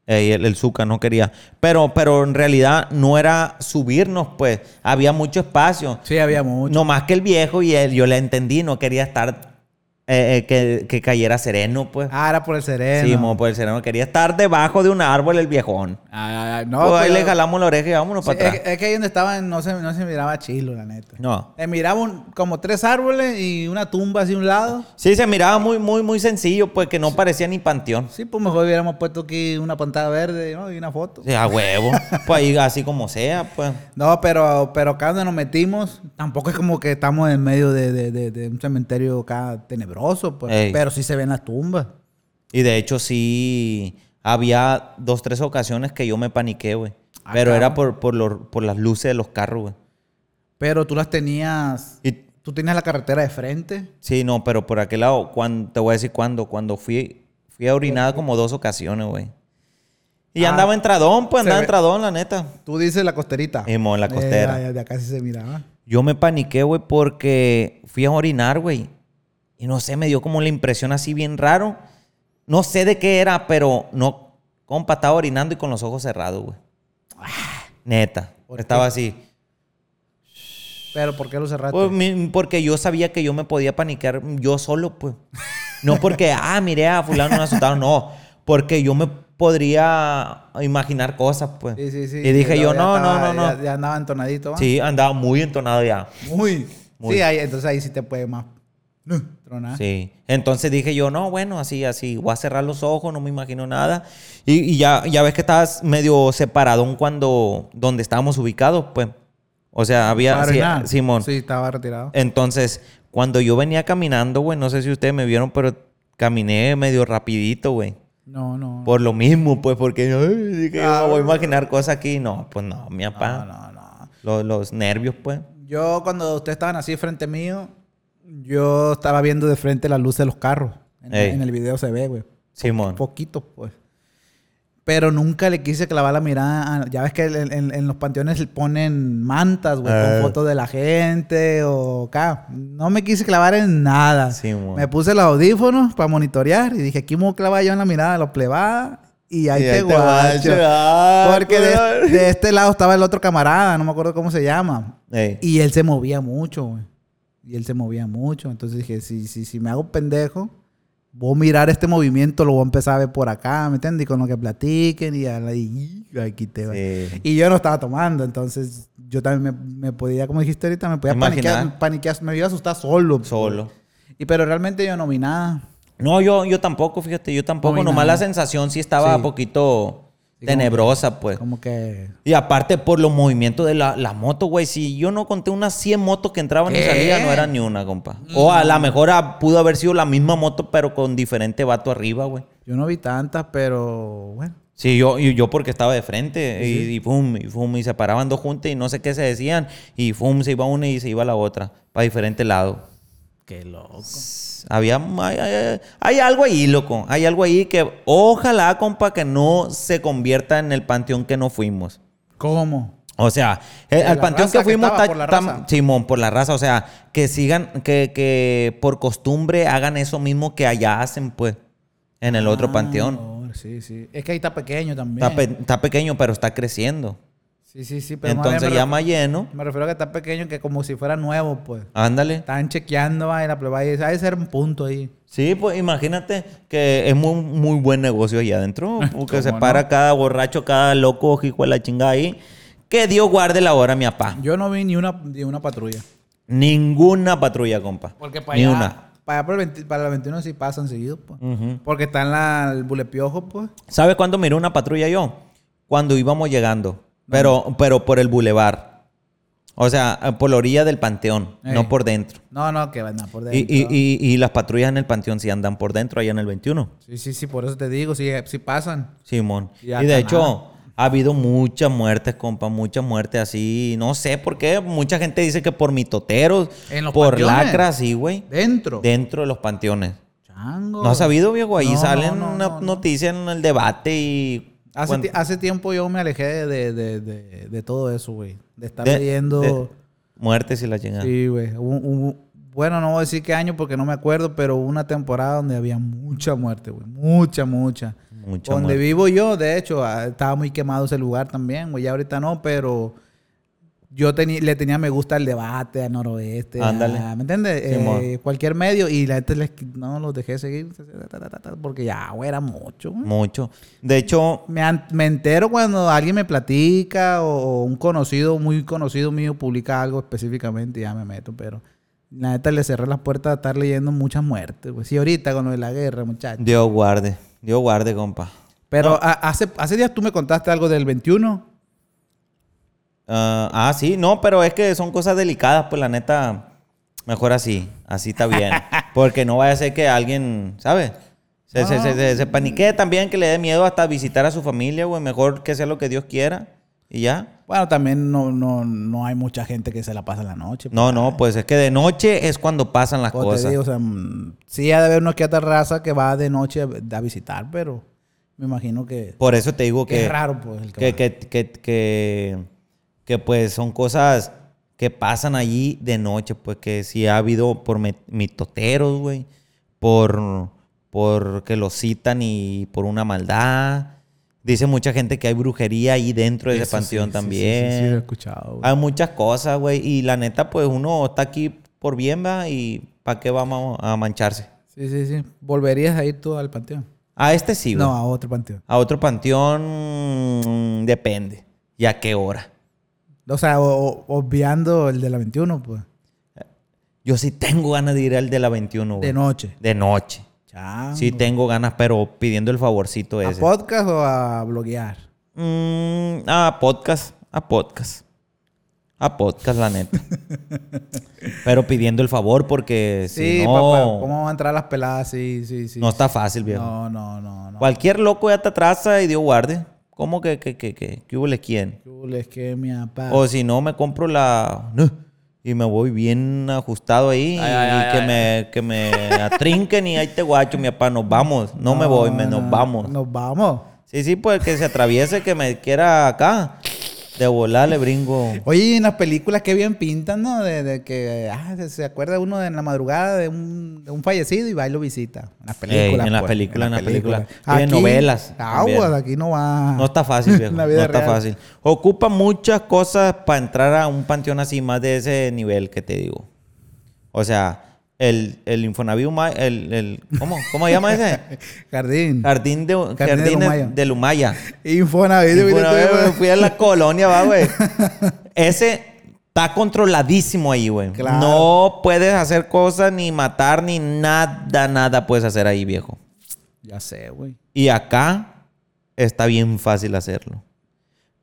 A: Ey, el, el Zucca no quería. Pero, pero en realidad no era subirnos, pues. Había mucho espacio.
B: Sí, había mucho.
A: No más que el viejo y él, yo le entendí, no quería estar eh, eh, que, que cayera sereno, pues.
B: Ah, era por el sereno.
A: sí, mo, pues el sereno quería estar debajo de un árbol el viejón.
B: Ah, no,
A: No,
B: pues,
A: ahí le jalamos la oreja y vámonos
B: sí,
A: para atrás.
B: es, es que ahí donde estaban no se, no se miraba chilo, la neta.
A: No.
B: Se miraban como tres árboles y una tumba así a un lado.
A: Sí, se miraba muy, muy, muy sencillo, pues que no parecía ni panteón.
B: Sí, pues mejor hubiéramos puesto aquí una pantalla verde ¿no? y una foto.
A: Sí, a huevo. pues ahí así como sea, pues.
B: No, pero, pero acá donde nos metimos, tampoco es como que estamos en medio de, de- de- de un cementerio acá tenebroso, pues.
A: Ey.
B: pero sí se ven las tumbas.
A: Y de hecho sí había dos, tres ocasiones que yo me paniqué, güey.
B: Ah,
A: Pero
B: cabrón.
A: era por, por, los- por las luces de los carros, güey.
B: Pero tú las tenías,
A: Y
B: tú tenías la carretera de frente.
A: sí, no, pero por aquel lado, cuan- te voy a decir cuándo. Cuando fui, fui a orinar como dos ocasiones, güey. Y
B: Ah.
A: andaba entradón, pues
B: Se
A: andaba
B: ve-
A: entradón, la neta.
B: Tú dices la costerita. Eh,
A: Simón, la costera.
B: de acá sí se miraba.
A: Yo me paniqué, güey, porque fui a orinar, güey. Y no sé, me dio como la impresión así bien raro. No sé de qué era, pero no, compa, estaba orinando y con los ojos cerrados, güey. Neta.
B: Ah. ¿Por qué?
A: Estaba así.
B: Pero ¿por qué lo cerraste?
A: Pues, mi- porque yo sabía que yo me podía paniquear yo solo, pues. No porque, ah, miré a fulano me asustaron, no. Porque yo me podría imaginar cosas, pues.
B: sí, sí, sí.
A: Y dije
B: luego
A: yo,
B: ya
A: no, no, no,
B: estaba-
A: no.
B: Ya, ya andaba entonadito, ¿va?
A: Sí, andaba muy entonado ya.
B: Muy.
A: Muy.
B: Sí, ahí, entonces ahí sí te puede más tronar.
A: Sí. Entonces dije yo, no, bueno, así, así, voy a cerrar los ojos, no me
B: Ah.
A: imagino nada. Y, y ya, ya ves que estabas medio separadón cuando, donde estábamos ubicados, pues. O sea, había,
B: Para
A: sí,
B: orinar.
A: Simón. Eh.
B: Sí, estaba retirado.
A: Entonces, cuando yo venía caminando, güey, no sé si ustedes me vieron, pero caminé medio rapidito, güey.
B: No, no.
A: Por lo mismo, pues, porque ay, dije, "Ah, voy a imaginar cosas aquí. No, pues no, mi
B: No,
A: papá.
B: no, no.
A: Los, los nervios, pues.
B: Yo cuando ustedes estaban así frente mío, yo estaba viendo de frente la luz de los carros. En,
A: Ey.
B: en el video se ve, güey.
A: Simón.
B: Poquito, pues. Pero nunca le quise clavar la mirada. a- ya ves que en, en- en los panteones le ponen mantas, güey,
A: Eh.
B: con fotos de la gente o acá. No me quise clavar en nada.
A: Sí, mo.
B: me puse los audífonos para monitorear y dije, aquí me voy a clavar yo en la mirada de los plebada y ahí
A: Y
B: te
A: ahí te
B: guacho.
A: guacho. Ah,
B: Porque de,
A: cuidado.
B: de este lado estaba el otro camarada, no me acuerdo cómo se llama.
A: Ey.
B: Y él se movía mucho, güey. Y él se movía mucho. Entonces dije, si, si, si me hago pendejo, voy a mirar este movimiento, lo voy a empezar a ver por acá, ¿me entiendes? Y con lo que platiquen y, a la- y- y aquí te va.
A: Sí.
B: Y yo no estaba tomando, entonces yo también me, me podía, como dijiste ahorita, me podía
A: Imaginar.
B: paniquear, paniquear- me iba a asustar solo. pues.
A: Solo.
B: Y pero realmente yo no vi nada.
A: No, yo, yo tampoco, fíjate, yo tampoco.
B: No vi
A: Nomás
B: nada.
A: la sensación sí estaba
B: Sí.
A: un poquito
B: Sí, como
A: tenebrosa, pues.
B: Como que...
A: Y aparte por los movimientos de la, la moto, güey. Si yo no conté unas 100 motos que entraban y
B: ¿Qué? Mm.
A: salían, no era ni una, compa. O a la mejor ah, pudo haber sido la misma moto, pero con diferente vato arriba, güey.
B: Yo no vi tantas, pero bueno.
A: Sí, yo, y yo porque estaba de frente y, y pum, y pum, y se paraban dos juntas y no sé qué se decían y pum, se iba una y se iba la otra para diferente lado.
B: Qué loco.
A: Había, hay, hay- hay algo ahí, loco. Hay algo ahí que ojalá, compa, que no se convierta en el panteón que no fuimos.
B: ¿Cómo?
A: O sea, eh,
B: De
A: al
B: la
A: panteón
B: raza
A: que
B: que
A: fuimos,
B: estaba,
A: ta-
B: por la
A: tam-
B: raza.
A: Simón, por la raza. O sea, que sigan, que, que por costumbre hagan eso mismo que allá hacen, pues, en el otro
B: Ah,
A: panteón.
B: ahora sí, sí. Es que ahí está pequeño también.
A: Está, pe- está pequeño, pero está creciendo.
B: Sí, sí, sí, pero más bien
A: Entonces
B: me
A: ya
B: ref-
A: más lleno.
B: Me refiero a que está pequeño, que como si fuera nuevo, pues.
A: Ándale.
B: Están chequeando, va, y la plebada y dice, "Ha de ser un punto ahí.
A: Sí, pues imagínate que es muy, muy buen negocio allá adentro, porque se
B: ¿Cómo no?
A: para cada borracho, cada loco, hijo de la chinga ahí. Que Dios guarde la hora, mi papá.
B: Yo no vi ni una, ni una patrulla.
A: Ninguna patrulla, compa. Ni una.
B: Para allá por el 20 para la 21 sí pasan seguidos, pues.
A: Ujú.
B: Porque está en la, el bulepiojo, pues.
A: ¿Sabes cuándo miré una patrulla yo? Cuando íbamos llegando, pero, pero por el bulevar. O sea, eh, por la orilla del panteón,
B: Ey.
A: no por dentro.
B: No, no, que van a por
A: Y,
B: dentro.
A: y, y- y las patrullas en el panteón sí andan por dentro, allá en el 21.
B: Sí, sí, sí, por eso te digo, sí, eh, sí pasan.
A: Simón.
B: Y
A: Y,
B: acá
A: de
B: nada.
A: hecho, ha habido muchas muertes, compa, muchas muertes así. No sé por qué. Mucha gente dice que por mitoteros,
B: En los
A: por
B: panteones.
A: lacras, sí, güey.
B: Dentro.
A: Dentro de los panteones.
B: Chango.
A: ¿No has sabido, viejo? Ahí
B: No,
A: salen
B: no, no,
A: una
B: no.
A: noticia en el debate y.
B: Hace,
A: cuan-
B: ti- hace tiempo yo me alejé de, de- de- de todo eso, güey. De estar
A: de-
B: leyendo.
A: de- muertes y la chingada.
B: Sí, güey. Hubo- hubo- Bueno, no voy a decir qué año porque no me acuerdo, pero hubo una temporada donde había mucha muerte, güey. Mucha, mucha.
A: Mucha
B: donde
A: muerte.
B: vivo yo, de hecho, ah, estaba muy quemado ese lugar también, güey. Ya ahorita no, pero yo teni- le tenía me gusta al debate, al noroeste. a-
A: Ándale.
B: ¿Me entiendes? Eh,
A: Simón.
B: cualquier medio y la gente les, qui- no los dejé seguir ta, ta, ta, ta, porque ya, güey, era mucho, güey.
A: Mucho. De hecho,
B: Me, an- me entero cuando alguien me platica o, o un conocido, muy conocido mío, publica algo específicamente y ya me meto, pero la neta le cerré las puertas a estar leyendo muchas muertes. Pues sí, ahorita con lo de la guerra, muchachos.
A: Dios guarde. Dios guarde, compa.
B: Pero a- hace, hace días tú me contaste algo del 21.
A: Ah, ah, sí, no, pero es que son cosas delicadas, pues la neta, mejor así, así está bien. Porque no vaya a ser que alguien, ¿sabes? Se, se, se,
B: pues
A: se- se paniquee también, que le dé miedo hasta visitar a su familia, güey. Mejor que sea lo que Dios quiera y ya.
B: Bueno, también no, no, no hay mucha gente que se la pasa en la noche.
A: No, no, pues es que de noche es cuando pasan las
B: Como Pues te
A: cosas.
B: digo, o sea, mm, sí ha de haber una que otra raza que va de noche a, a visitar, pero me imagino que,
A: Por eso te digo
B: que
A: que,
B: es raro, pues, el
A: que,
B: va.
A: que, que, que, que, pues son cosas que pasan allí de noche, pues que sí ha habido por met- mitoteros, güey, por, por que los citan y por una maldad. Dice mucha gente que hay brujería ahí dentro de ese
B: Eso sí,
A: panteón
B: sí, sí,
A: también.
B: Sí, sí, lo he escuchado. güey.
A: Hay muchas cosas, güey, y la neta, pues uno está aquí por bien, ¿verdad? Y ¿para qué vamos a mancharse?
B: Sí, sí, sí. ¿Volverías a ir tú al panteón?
A: A este sí, güey.
B: No, a otro panteón.
A: A otro panteón mm, depende. ¿Y a qué hora?
B: O sea, o- o- obviando el de la 21, pues.
A: Yo sí tengo ganas de ir al de la 21, güey.
B: De noche.
A: De noche.
B: Chango.
A: Sí pues, tengo ganas, pero pidiendo el favorcito
B: ¿A
A: ese.
B: podcast o a bloguear?
A: Mm, a podcast. A podcast. A podcast, la neta. pero pidiendo el favor porque
B: Sí,
A: si no,
B: papá. ¿Cómo van a entrar las peladas? Sí, sí, sí.
A: no está fácil, viejo.
B: no, no, no. no.
A: Cualquier loco ya te atrasa y Dios guarde. ¿Cómo que, que, que, que, que hubo le quién?
B: Chule, es que mi papá.
A: O si no, me compro la... Y me voy bien ajustado ahí. y que, me, que me atrinquen y ahí te guacho, mi papá. Nos vamos. No, me voy, me, nos vamos.
B: Nos vamos.
A: Sí, sí, pues que se atraviese, que me quiera acá. De volar le bringo.
B: Oye, y en las películas que bien pintan, ¿no? De, de que ah, se, se acuerda uno de en la madrugada de un, de un fallecido y va y lo visita. En las películas.
A: Ey, en las
B: pues,
A: películas, en las películas.
B: películas.
A: Y en novelas también.
B: Aguas, aquí no va.
A: No está fácil, viejo.
B: En
A: No
B: la vida
A: está
B: real.
A: fácil. Ocupa muchas cosas para entrar a un panteón así, más de ese nivel que te digo. O sea, el, el Infonavit Huma- el, el- ¿cómo? ¿Cómo se llama ese?
B: Jardín.
A: Jardín de
B: de
A: Jardines
B: Lumaya.
A: de Lumaya.
B: Infonavit.
A: Y fue una vez, güey,
B: güey.
A: fui a la colonia, va, güey. Ese está controladísimo ahí, güey.
B: Claro.
A: No puedes hacer cosas, ni matar, ni nada, nada puedes hacer ahí, viejo.
B: Ya sé, güey.
A: Y acá está bien fácil hacerlo.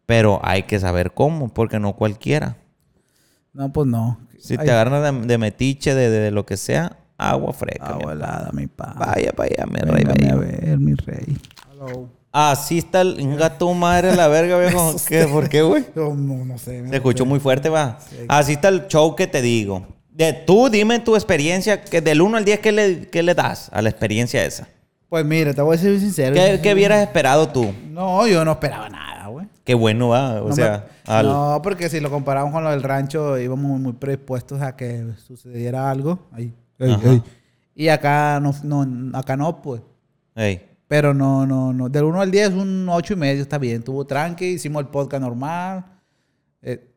A: Pero hay que saber cómo, porque no cualquiera.
B: No, pues no.
A: Si
B: Ay,
A: te agarran de, de metiche, de, de- de lo que sea, agua fresca. mi
B: Abuelada, ah, mi papá.
A: Vaya, vaya, mi rey,
B: Véngame
A: vaya.
B: a ver, Ah, mi rey. Hello.
A: Así está el inga tu madre la verga, viejo. ¿Qué? ¿Por qué, güey?
B: No, no, no sé.
A: Te escuchó muy fuerte, va. Así está el show que te digo. De, tú dime tu experiencia, que del 1 al 10, ¿qué le, qué le das a la experiencia esa?
B: Pues mira, te voy a ser sincero.
A: ¿Qué, qué hubieras esperado tú?
B: No, yo no esperaba nada, güey.
A: Qué bueno, va. O
B: No
A: sea,
B: me-
A: al-
B: No, porque si lo comparamos con lo del rancho, íbamos muy, muy predispuestos a que sucediera algo. Ahí. Ey,
A: Ajá.
B: ey. Y acá no, no, acá no, pues.
A: Ey,
B: Pero no, no, no. Del 1 al 10, un 8 y medio está bien. Tuvo tranqui, hicimos el podcast normal. Eh,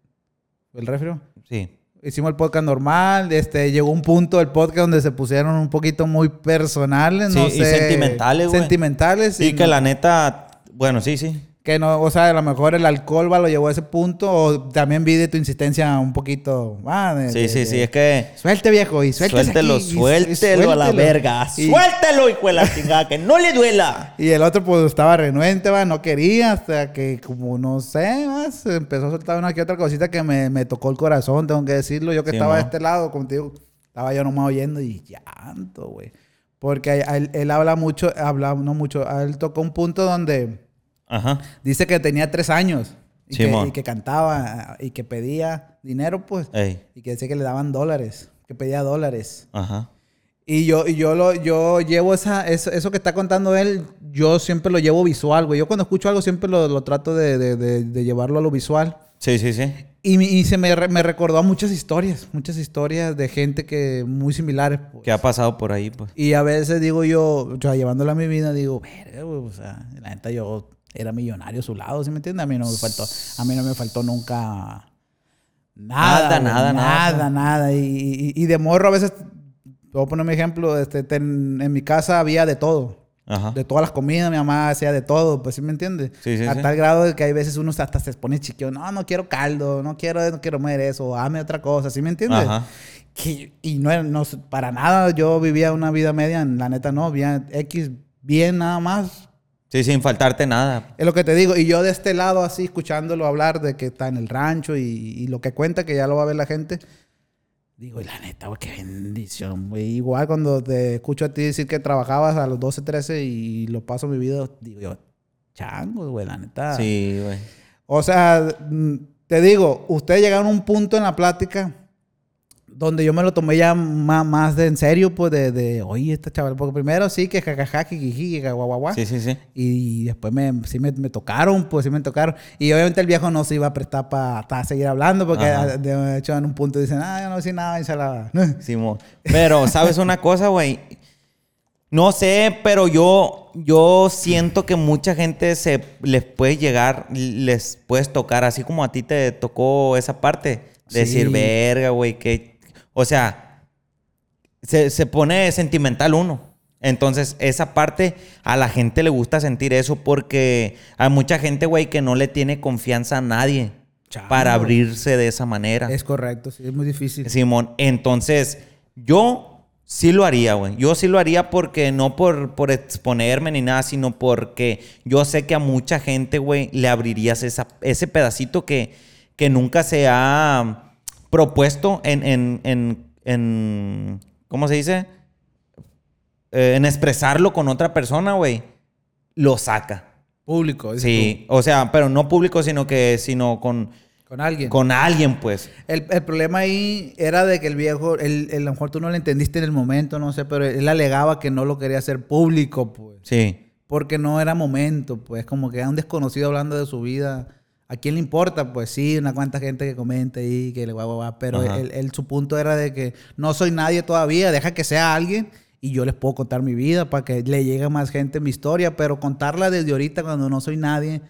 B: ¿El refrio?
A: sí.
B: Hicimos el podcast normal. Este, llegó un punto del podcast donde se pusieron un poquito muy personales, no
A: Sí, y
B: sé,
A: sentimentales, güey.
B: Sentimentales.
A: Y que
B: no-
A: la neta, bueno, sí, sí.
B: Que no, o sea, a lo mejor el alcohol va, lo llevó a ese punto, o también vi de tu insistencia un poquito. Ah, de-
A: Sí,
B: de-
A: sí, sí,
B: de-
A: es que.
B: Suelte, viejo, y suéltese
A: Suéltelo,
B: aquí, y- y
A: suéltelo a la
B: suéltelo.
A: verga.
B: Y-
A: Suéltelo, hijo de la chingada, que no le duela.
B: Y el otro pues estaba renuente, va, no quería, hasta que como no sé, va, se empezó a soltar una que otra cosita que me, me tocó el corazón, tengo que decirlo. Yo que
A: Sí,
B: estaba de
A: mo.
B: este lado contigo, estaba yo nomás oyendo y llanto, güey. Porque a- a él, él habla mucho, habla, no mucho, a él tocó un punto donde
A: Ajá.
B: dice que tenía tres años y,
A: Sí,
B: que,
A: mo.
B: y que cantaba y que pedía dinero, pues,
A: Ey,
B: y que decía que le daban dólares, que pedía dólares.
A: ajá.
B: Y yo, y yo lo, yo llevo esa, eso, eso que está contando él, yo siempre lo llevo visual, güey. Yo cuando escucho algo siempre lo, lo trato de, de- de- de llevarlo a lo visual.
A: Sí, sí, sí.
B: Y, mi- y se me, re- me recordó a muchas historias, muchas historias de gente que muy similares. pues.
A: ¿Qué ha pasado por ahí, pues?
B: Y a veces digo yo, o sea, llevándola a mi vida, digo, verga, güey, o sea, la neta yo era millonario a su lado, ¿sí me entiendes? A mí no me faltó, a mí no me faltó nunca
A: Nada,
B: nada, güey,
A: nada, pues. nada.
B: nada, nada. Y, y- y de morro a veces, te voy a poner mi ejemplo, este, ten- en mi casa había de todo.
A: Ajá.
B: De todas las comidas, mi mamá hacía de todo, pues sí me entiendes.
A: Sí, sí,
B: a
A: sí.
B: tal grado de que hay veces uno hasta se pone chiquillo, no, no quiero caldo, no quiero, no quiero comer eso, dame otra cosa, ¿sí me entiendes?
A: Ajá.
B: Que- y no, era- no, para nada yo vivía una vida media, la neta no, vivía X bien nada más.
A: Sí, sin faltarte nada.
B: Es lo que te digo. Y yo de este lado así, escuchándolo hablar de que está en el rancho y, y lo que cuenta, que ya lo va a ver la gente. Digo, y la neta, güey, qué bendición, güey. Igual cuando te escucho a ti decir que trabajabas a los 12, 13 y lo paso mi vida, digo yo, changos, güey, la neta.
A: Sí, güey.
B: O sea, mm, te digo, ustedes llegaron a un punto en la plática donde yo me lo tomé ya más, más de en serio, pues de, de, oye, esta chaval, porque primero sí, que jajaja, que jiji, que guau, guau, guau.
A: Sí, sí, sí.
B: Y después me, sí me, me tocaron, pues sí me tocaron. Y obviamente el viejo no se iba a prestar para seguir hablando, porque
A: Ajá.
B: de hecho en un punto dicen, ah, yo no sé nada, y se la...
A: Simón. Pero, ¿sabes una cosa, güey? No sé, pero yo, yo siento que mucha gente se les puede llegar, les puedes tocar, así como a ti te tocó esa parte. de Decir,
B: Sí.
A: verga, güey, que. O sea, se, se pone sentimental uno. Entonces, esa parte a la gente le gusta sentir eso porque hay mucha gente, güey, que no le tiene confianza a nadie
B: Chao.
A: para abrirse de esa manera.
B: es correcto, sí, es muy difícil.
A: Simón, entonces yo sí lo haría, güey. Yo sí lo haría porque no por, por exponerme ni nada, sino porque yo sé que a mucha gente, güey, le abrirías esa, ese pedacito que, que nunca se ha propuesto en, en, en, en- ¿cómo se dice? Eh, en expresarlo con otra persona, güey. Lo saca.
B: Público, dices
A: Sí, o sea, pero no público, sino que, sino con,
B: tú, con alguien.
A: con alguien, pues.
B: El, el problema ahí era de que el viejo, el, el- a lo mejor tú no lo entendiste en el momento, no sé, pero él alegaba que no lo quería hacer público, pues.
A: Sí.
B: Porque no era momento, pues. Como que era un desconocido hablando de su vida. ¿A quién le importa? Pues sí, una cuanta gente que comenta ahí, que le va, va, va. Pero
A: Ajá.
B: él, él- su punto era de que no soy nadie todavía, deja que sea alguien y yo les puedo contar mi vida para que le llegue a más gente mi historia. Pero contarla desde ahorita cuando no soy nadie,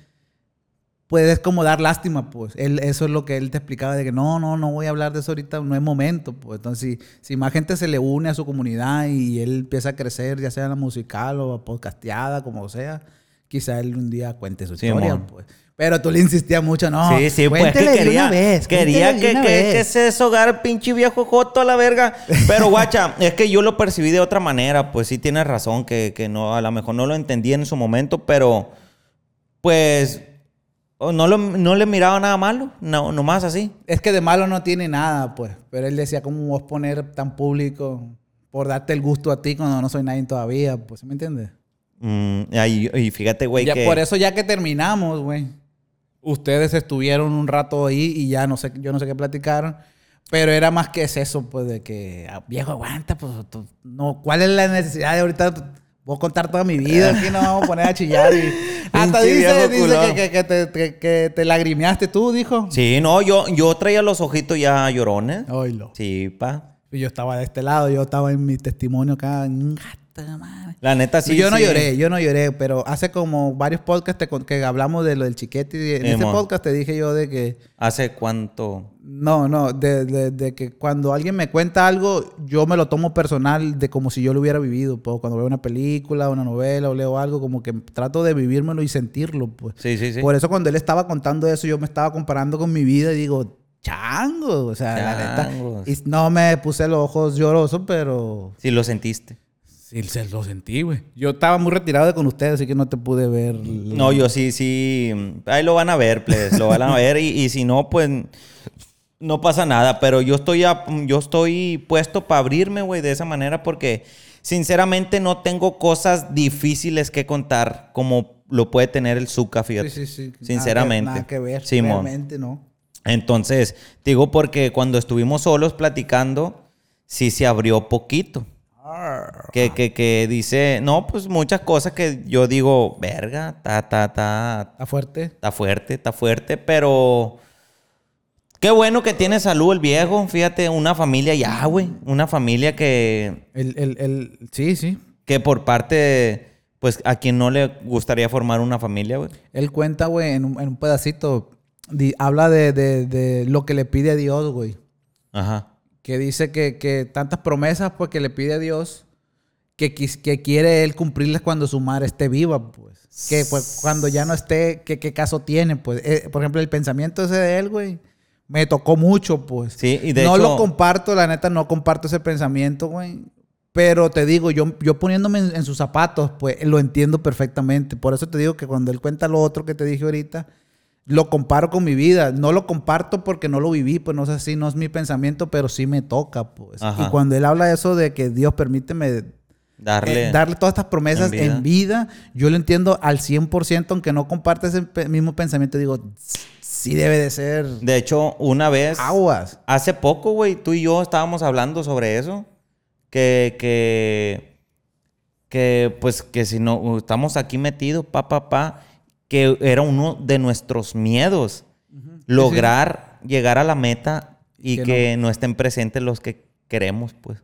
B: pues es como dar lástima, pues. Él, eso es lo que él te explicaba, de que no, no, no voy a hablar de eso ahorita, no es momento, pues. Entonces, si, si más gente se le une a su comunidad y él empieza a crecer, ya sea en la musical o podcasteada, como sea, quizá él un día cuente su
A: Sí,
B: historia,
A: mon.
B: pues. Pero tú le insistías mucho, no.
A: Sí, sí, pues que
B: Ah, cuéntele de
A: quería,
B: una vez,
A: quería
B: cuéntele de
A: que,
B: una
A: que,
B: vez.
A: que se deshogara pinche viejo joto a la verga. Pero guacha, es que yo lo percibí de otra manera, pues sí tienes razón, que, que no, a lo mejor no lo entendí en su momento, pero pues o no, lo- no le miraba nada malo, no, nomás así.
B: Es que de malo no tiene nada, pues. Pero él decía, ¿cómo vos poner tan público por darte el gusto a ti cuando no soy nadie todavía? Pues, ¿sí ¿me entiendes?
A: Mm, ay, y, fíjate, güey,
B: Ya,
A: que...
B: Por eso ya que terminamos, güey. Ustedes estuvieron un rato ahí y ya no sé, yo no sé qué platicaron. Pero era más que es eso, pues, de que, ah, viejo, aguanta, pues, tú- no, ¿cuál es la necesidad de ahorita? Voy a contar toda mi vida, aquí nos vamos a poner a chillar y... Hasta
A: Pinche
B: dice,
A: viejo
B: dice
A: culón.
B: que, que- que te, que- que te lagrimeaste tú, dijo.
A: Sí, no, yo, yo traía los ojitos ya llorones.
B: Oílo.
A: Sí, pa.
B: Y Yo estaba de este lado, yo estaba en mi testimonio acá. mm, puta madre.
A: La neta sí.
B: yo no
A: sí.
B: lloré, yo no lloré, pero hace como varios podcasts te con- que hablamos de lo del chiquete. En ese
A: Simón.
B: podcast te dije yo de que.
A: ¿Hace cuánto?
B: No, no, de, de- de que cuando alguien me cuenta algo, yo me lo tomo personal de como si yo lo hubiera vivido. Pues, cuando veo una película, una novela o leo algo, como que trato de vivírmelo y sentirlo. Pues.
A: Sí, sí, sí.
B: Por eso cuando él estaba contando eso, yo me estaba comparando con mi vida y digo, chango, o sea, la
A: Changos.
B: neta. Y no me puse los ojos llorosos, pero...
A: Si lo sentiste.
B: Sí, se lo sentí, güey. Yo estaba muy retirado de con ustedes, así que no te pude ver.
A: No, yo sí, sí. mm, Ahí lo van a ver, please. Lo van a ver. Y, y si no, pues no pasa nada. Pero yo estoy, a- mm, yo estoy puesto para abrirme, güey, de esa manera. Porque sinceramente no tengo cosas difíciles que contar como lo puede tener el Zuka, fíjate. Sinceramente.
B: Nada que, nada que ver.
A: Simón.
B: Realmente no.
A: Entonces, digo porque cuando estuvimos solos platicando, sí se abrió poquito. Que, que, que dice, no, pues muchas cosas que yo digo, verga, ta, ta, ta,
B: Está fuerte.
A: está fuerte, está fuerte, pero qué bueno que tiene salud el viejo, fíjate, una familia ya, güey, una familia que,
B: El, el, el, sí, sí.
A: que por parte, pues a quien no le gustaría formar una familia, güey.
B: Él cuenta, güey, en un, en un pedacito. di- habla de, de, de lo que le pide a Dios, güey.
A: Ajá.
B: que dice que, que tantas promesas pues, que le pide a Dios que, quis- que quiere él cumplirlas cuando su madre esté viva, pues. Que pues, cuando ya no esté, ¿qué, qué caso tiene? Pues, Eh, por ejemplo, el pensamiento ese de él, güey, me tocó mucho, pues.
A: Sí, y de
B: no
A: hecho-
B: lo comparto, la neta, no comparto ese pensamiento, güey. Pero te digo, yo, yo poniéndome en, en sus zapatos, pues lo entiendo perfectamente. Por eso te digo que cuando él cuenta lo otro que te dije ahorita, lo comparo con mi vida. No lo comparto porque no lo viví, pues no sé si no es mi pensamiento, pero sí me toca, pues.
A: Ajá.
B: Y cuando él habla de eso de que Dios permíteme
A: Darle.
B: eh, darle todas estas promesas
A: en vida.
B: en vida. yo lo entiendo al 100%, aunque no comparte ese pe- mismo pensamiento, digo, sí debe de ser
A: De hecho, una vez...
B: aguas.
A: Hace poco, güey, tú y yo estábamos hablando sobre eso. Que, que, que, pues, que si no, uh, estamos aquí metidos, pa, pa, pa, que era uno de nuestros miedos. Lograr llegar a la meta y
B: Que
A: que, no. estén presentes los que queremos, pues.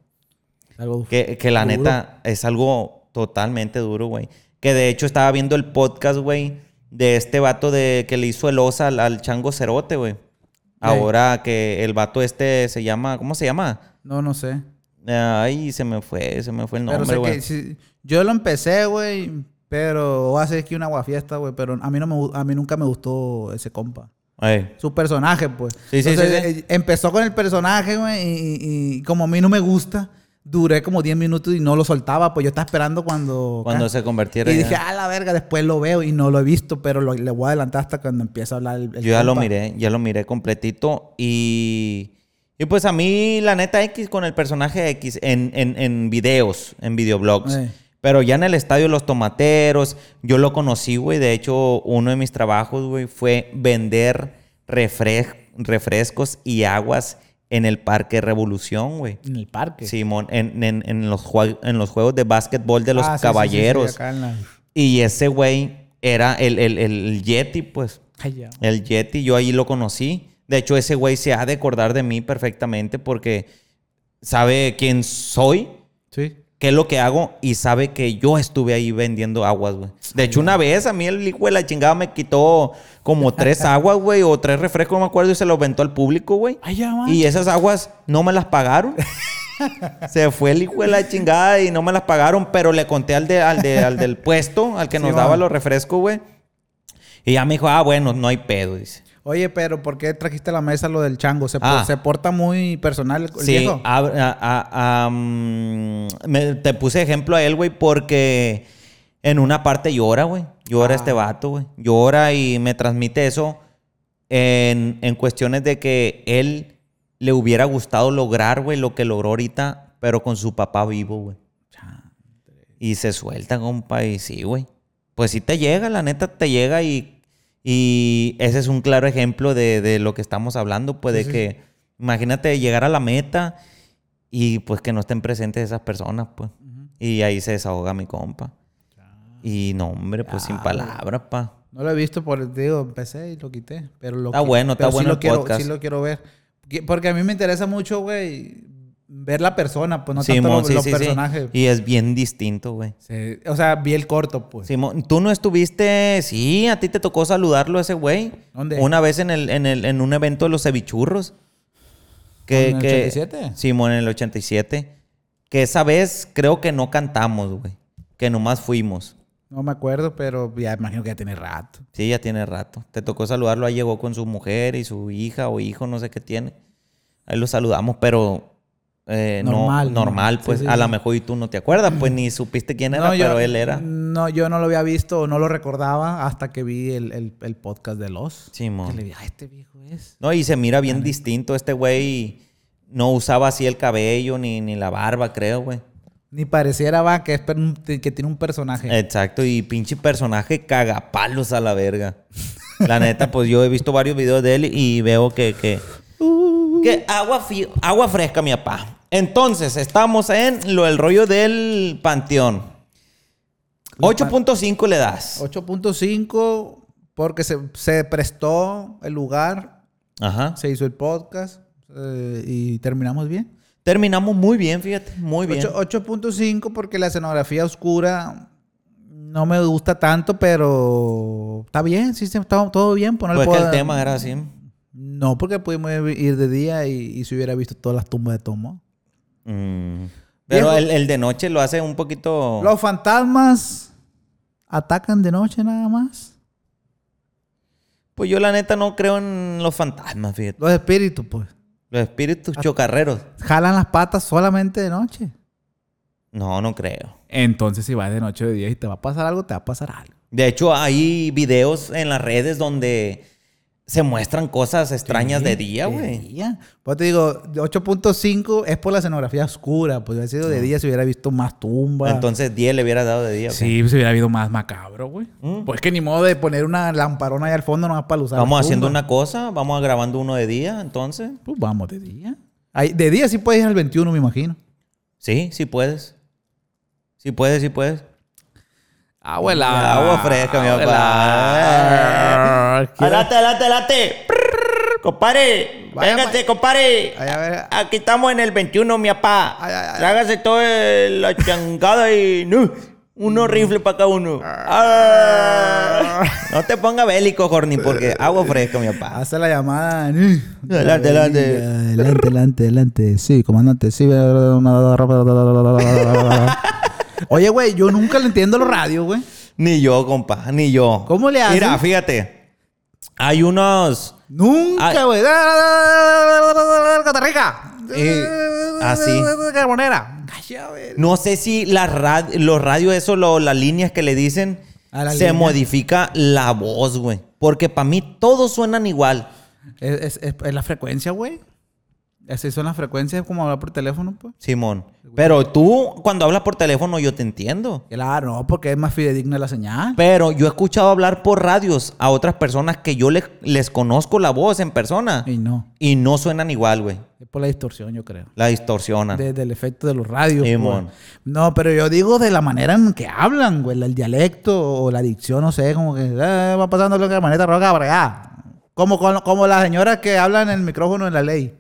B: Algo
A: Que, que la
B: duro.
A: neta es algo totalmente duro, güey. Que de hecho estaba viendo el podcast, güey, de este vato de, que le hizo el osa al, al chango cerote, güey. Ahora que el vato este se llama, ¿cómo se llama?
B: No, no sé.
A: Ay, se me fue, se me fue el
B: pero
A: nombre,
B: sé
A: güey.
B: que sí, yo lo empecé, güey, pero va a ser que una guafiesta, güey, pero a mí, no me, gu- a mí nunca me gustó ese compa.
A: Ey.
B: Su personaje, pues.
A: Sí, sí,
B: Entonces,
A: sí, sí.
B: eh, empezó con el personaje, güey, y, y- y como a mí no me gusta, duré como 10 minutos y no lo soltaba, pues yo estaba esperando cuando...
A: Cuando se convirtiera
B: Y
A: ya.
B: dije, ah, la verga, después lo veo y no lo he visto, pero lo- le voy a adelantar hasta cuando empiece a hablar el, el
A: Yo ya lo
B: compa.
A: miré, ya lo miré completito. Y, y pues a mí, la neta X con el personaje X en, en, en videos, en videoblogs.
B: Ey.
A: Pero ya en el estadio Los Tomateros, yo lo conocí, güey. De hecho, uno de mis trabajos, güey, fue vender refres- refrescos y aguas en el Parque Revolución, güey.
B: En el parque.
A: Simón, en, en- en los, jua- en los juegos de básquetbol de los
B: Ah, sí, sí, sí, sí,
A: caballeros.
B: acá en la-
A: Y ese güey era el, el, el Yeti, pues.
B: Ay, ya.
A: El Yeti, yo ahí lo conocí. De hecho, ese güey se ha de acordar de mí perfectamente porque sabe quién soy,
B: Sí.
A: qué es lo que hago y sabe que yo estuve ahí vendiendo aguas, güey. De hecho, una vez a mí el hijo de la chingada me quitó como tres aguas, güey, o tres refrescos, no me acuerdo, y se los ventó al público, güey.
B: Ay, ya, man.
A: Y esas aguas no me las pagaron. Se fue el hijo de la chingada y no me las pagaron, pero le conté al, de, al, de- al del puesto, al que
B: Sí,
A: nos
B: va.
A: daba los refrescos, güey. Y ya me dijo, ah, bueno, no hay pedo, dice.
B: Oye, pero ¿por qué trajiste a la mesa lo del chango? ¿Se, por-
A: Ah.
B: se porta muy personal el el
A: Sí,
B: viejo?
A: ab- a- a- a, mm, me- te puse ejemplo a él, güey, porque en una parte llora, güey. Llora
B: Ah.
A: este vato, güey. Llora y me transmite eso en, en cuestiones de que él le hubiera gustado lograr, güey, lo que logró ahorita, pero con su papá vivo, güey. Y se suelta, compa, y sí, güey. Pues sí te llega, la neta te llega y, y ese es un claro ejemplo de, de lo que estamos hablando, pues de que imagínate llegar a la meta y pues que no estén presentes esas personas, pues. Y ahí se desahoga mi compa. Y no, hombre, pues
B: Ah,
A: sin palabras, pa.
B: No lo he visto, por, te digo, empecé y lo quité. Pero lo
A: Está
B: qui-
A: bueno, está
B: pero sí
A: bueno
B: lo
A: el
B: quiero,
A: podcast.
B: Sí lo quiero ver. Que- Porque a mí me interesa mucho, güey, ver la persona, pues no
A: Simón,
B: tanto los,
A: sí,
B: los
A: sí, sí.
B: personajes.
A: Y es bien distinto, güey.
B: Sí, O sea, vi el corto, pues.
A: Simón, tú no estuviste, sí, a ti te tocó saludarlo a ese güey.
B: ¿Dónde?
A: Una vez en, el, en, el, en un evento de los cevichurros. Que,
B: ¿En el
A: que-
B: 87?
A: Simón, en el 87. Que esa vez creo que no cantamos, güey. Que nomás fuimos.
B: No me acuerdo, pero ya imagino que ya tiene rato.
A: Sí, ya tiene rato. Te tocó saludarlo, ahí llegó con su mujer y su hija o hijo, no sé qué tiene. Ahí lo saludamos, pero eh, no- normal,
B: Normal, ¿no? Sí,
A: pues
B: sí,
A: a
B: sí.
A: lo mejor y tú no te acuerdas, pues ni supiste quién era, pero él era.
B: No, yo no lo había visto, no lo recordaba hasta que vi el, el- el podcast de Los.
A: Simón.
B: Que le dije, ah, este viejo es.
A: No, y se mira bien distinto. Este güey no usaba así el cabello ni, ni la barba, creo, güey.
B: Ni pareciera va que, es per- un- que tiene un personaje.
A: Exacto, y pinche personaje cagapalos a la verga. La neta, pues yo he visto varios videos de él y veo que. que, que agua, fi- agua fresca, mi papá. Entonces, estamos en lo el rollo del panteón. 8.5 le das.
B: 8.5 porque se, se prestó el lugar,
A: Ajá.
B: se hizo el podcast eh, y terminamos bien.
A: Terminamos muy bien, fíjate. Muy bien.
B: Ocho- 8.5 porque la escenografía oscura no me gusta tanto, pero está bien, sí, sí, está todo bien. Pues no le
A: pues que
B: puedo
A: el
B: dar-
A: tema era así.
B: No, porque pudimos ir de día y, y se hubiera visto todas las tumbas de Tomo.
A: Mm. Pero
B: Viejo.
A: el, el de noche lo hace un poquito.
B: Los fantasmas atacan de noche nada más.
A: Pues yo, la neta, no creo en los fantasmas, fíjate.
B: Los espíritus, pues,
A: Los espíritus chocarreros.
B: jalan las patas solamente de noche.
A: No, no creo.
B: Entonces, si vas de noche o de día y te va a pasar algo, te va a pasar algo.
A: De hecho, hay videos en las redes donde se muestran cosas extrañas de día, güey.
B: día. Pues te digo, de 8.5 es por la escenografía oscura. Pues hubiera sido de día, se hubiera visto más tumbas.
A: Ah. Entonces 10 le hubiera dado de día. ok. Mm.
E: Sí, se hubiera habido más macabro, güey.
B: pues que ni modo de poner una lamparona ahí al fondo nomás para usar.
A: Vamos
B: las
A: haciendo
B: tumbas.
A: una cosa, vamos grabando uno de día, entonces.
B: Pues vamos de día. Ahí- de día sí puedes ir al 21, me imagino.
A: Sí, sí puedes. Sí puedes, sí puedes. Ah,
E: Abuela.
A: Agua fresca, mi
E: Abuela.
A: papá. Alate, alate, alate. Prrr, Compare,
B: Vaya,
A: véngase, compare.
B: Ay, a ver,
A: Aquí estamos en el 21, mi papá.
B: Ay, ay, ay.
A: Trágase toda la changada y. ¡nu! Uno
B: Mm.
A: rifle para cada uno. Ah. No te ponga bélico, Jorni, porque agua fresca, mi papá.
B: Hace la llamada.
A: Adelante, adelante.
B: Adelante, adelante, adelante. Sí, comandante, sí. Oye, güey, yo nunca le entiendo los radios, güey.
A: Ni yo, compa, ni yo.
B: ¿Cómo le
A: Mira,
B: hacen?
A: fíjate. Hay unos. Ay. Ah.
B: Nunca, güey. Costa Rica.
A: Eh, así.
B: Carbonera.
A: No sé si las rad- los radios, eso, lo- las líneas que le dicen,
B: A la
A: se
B: línea.
A: modifica la voz, güey. Porque para mí todos suenan igual.
B: Es, es- es- es la frecuencia, güey. Así son las frecuencias como hablar por teléfono, pues.
A: Simón. Pero tú, cuando hablas por teléfono, yo te entiendo.
B: Claro, no, porque es más fidedigna la señal.
A: Pero yo he escuchado hablar por radios a otras personas que yo les, les conozco la voz en persona
B: Y no.
A: y no suenan igual, güey.
B: Es por la distorsión, yo creo.
A: La distorsionan.
B: Desde el efecto de los radios.
A: Ah. Sí,
B: pues.
A: mon.
B: No, pero yo digo de la manera en que hablan, güey. El dialecto o la dicción, no sé, como que eh, va pasando lo que maneta roca para allá. Como, con- como las señoras que hablan en el micrófono en la ley.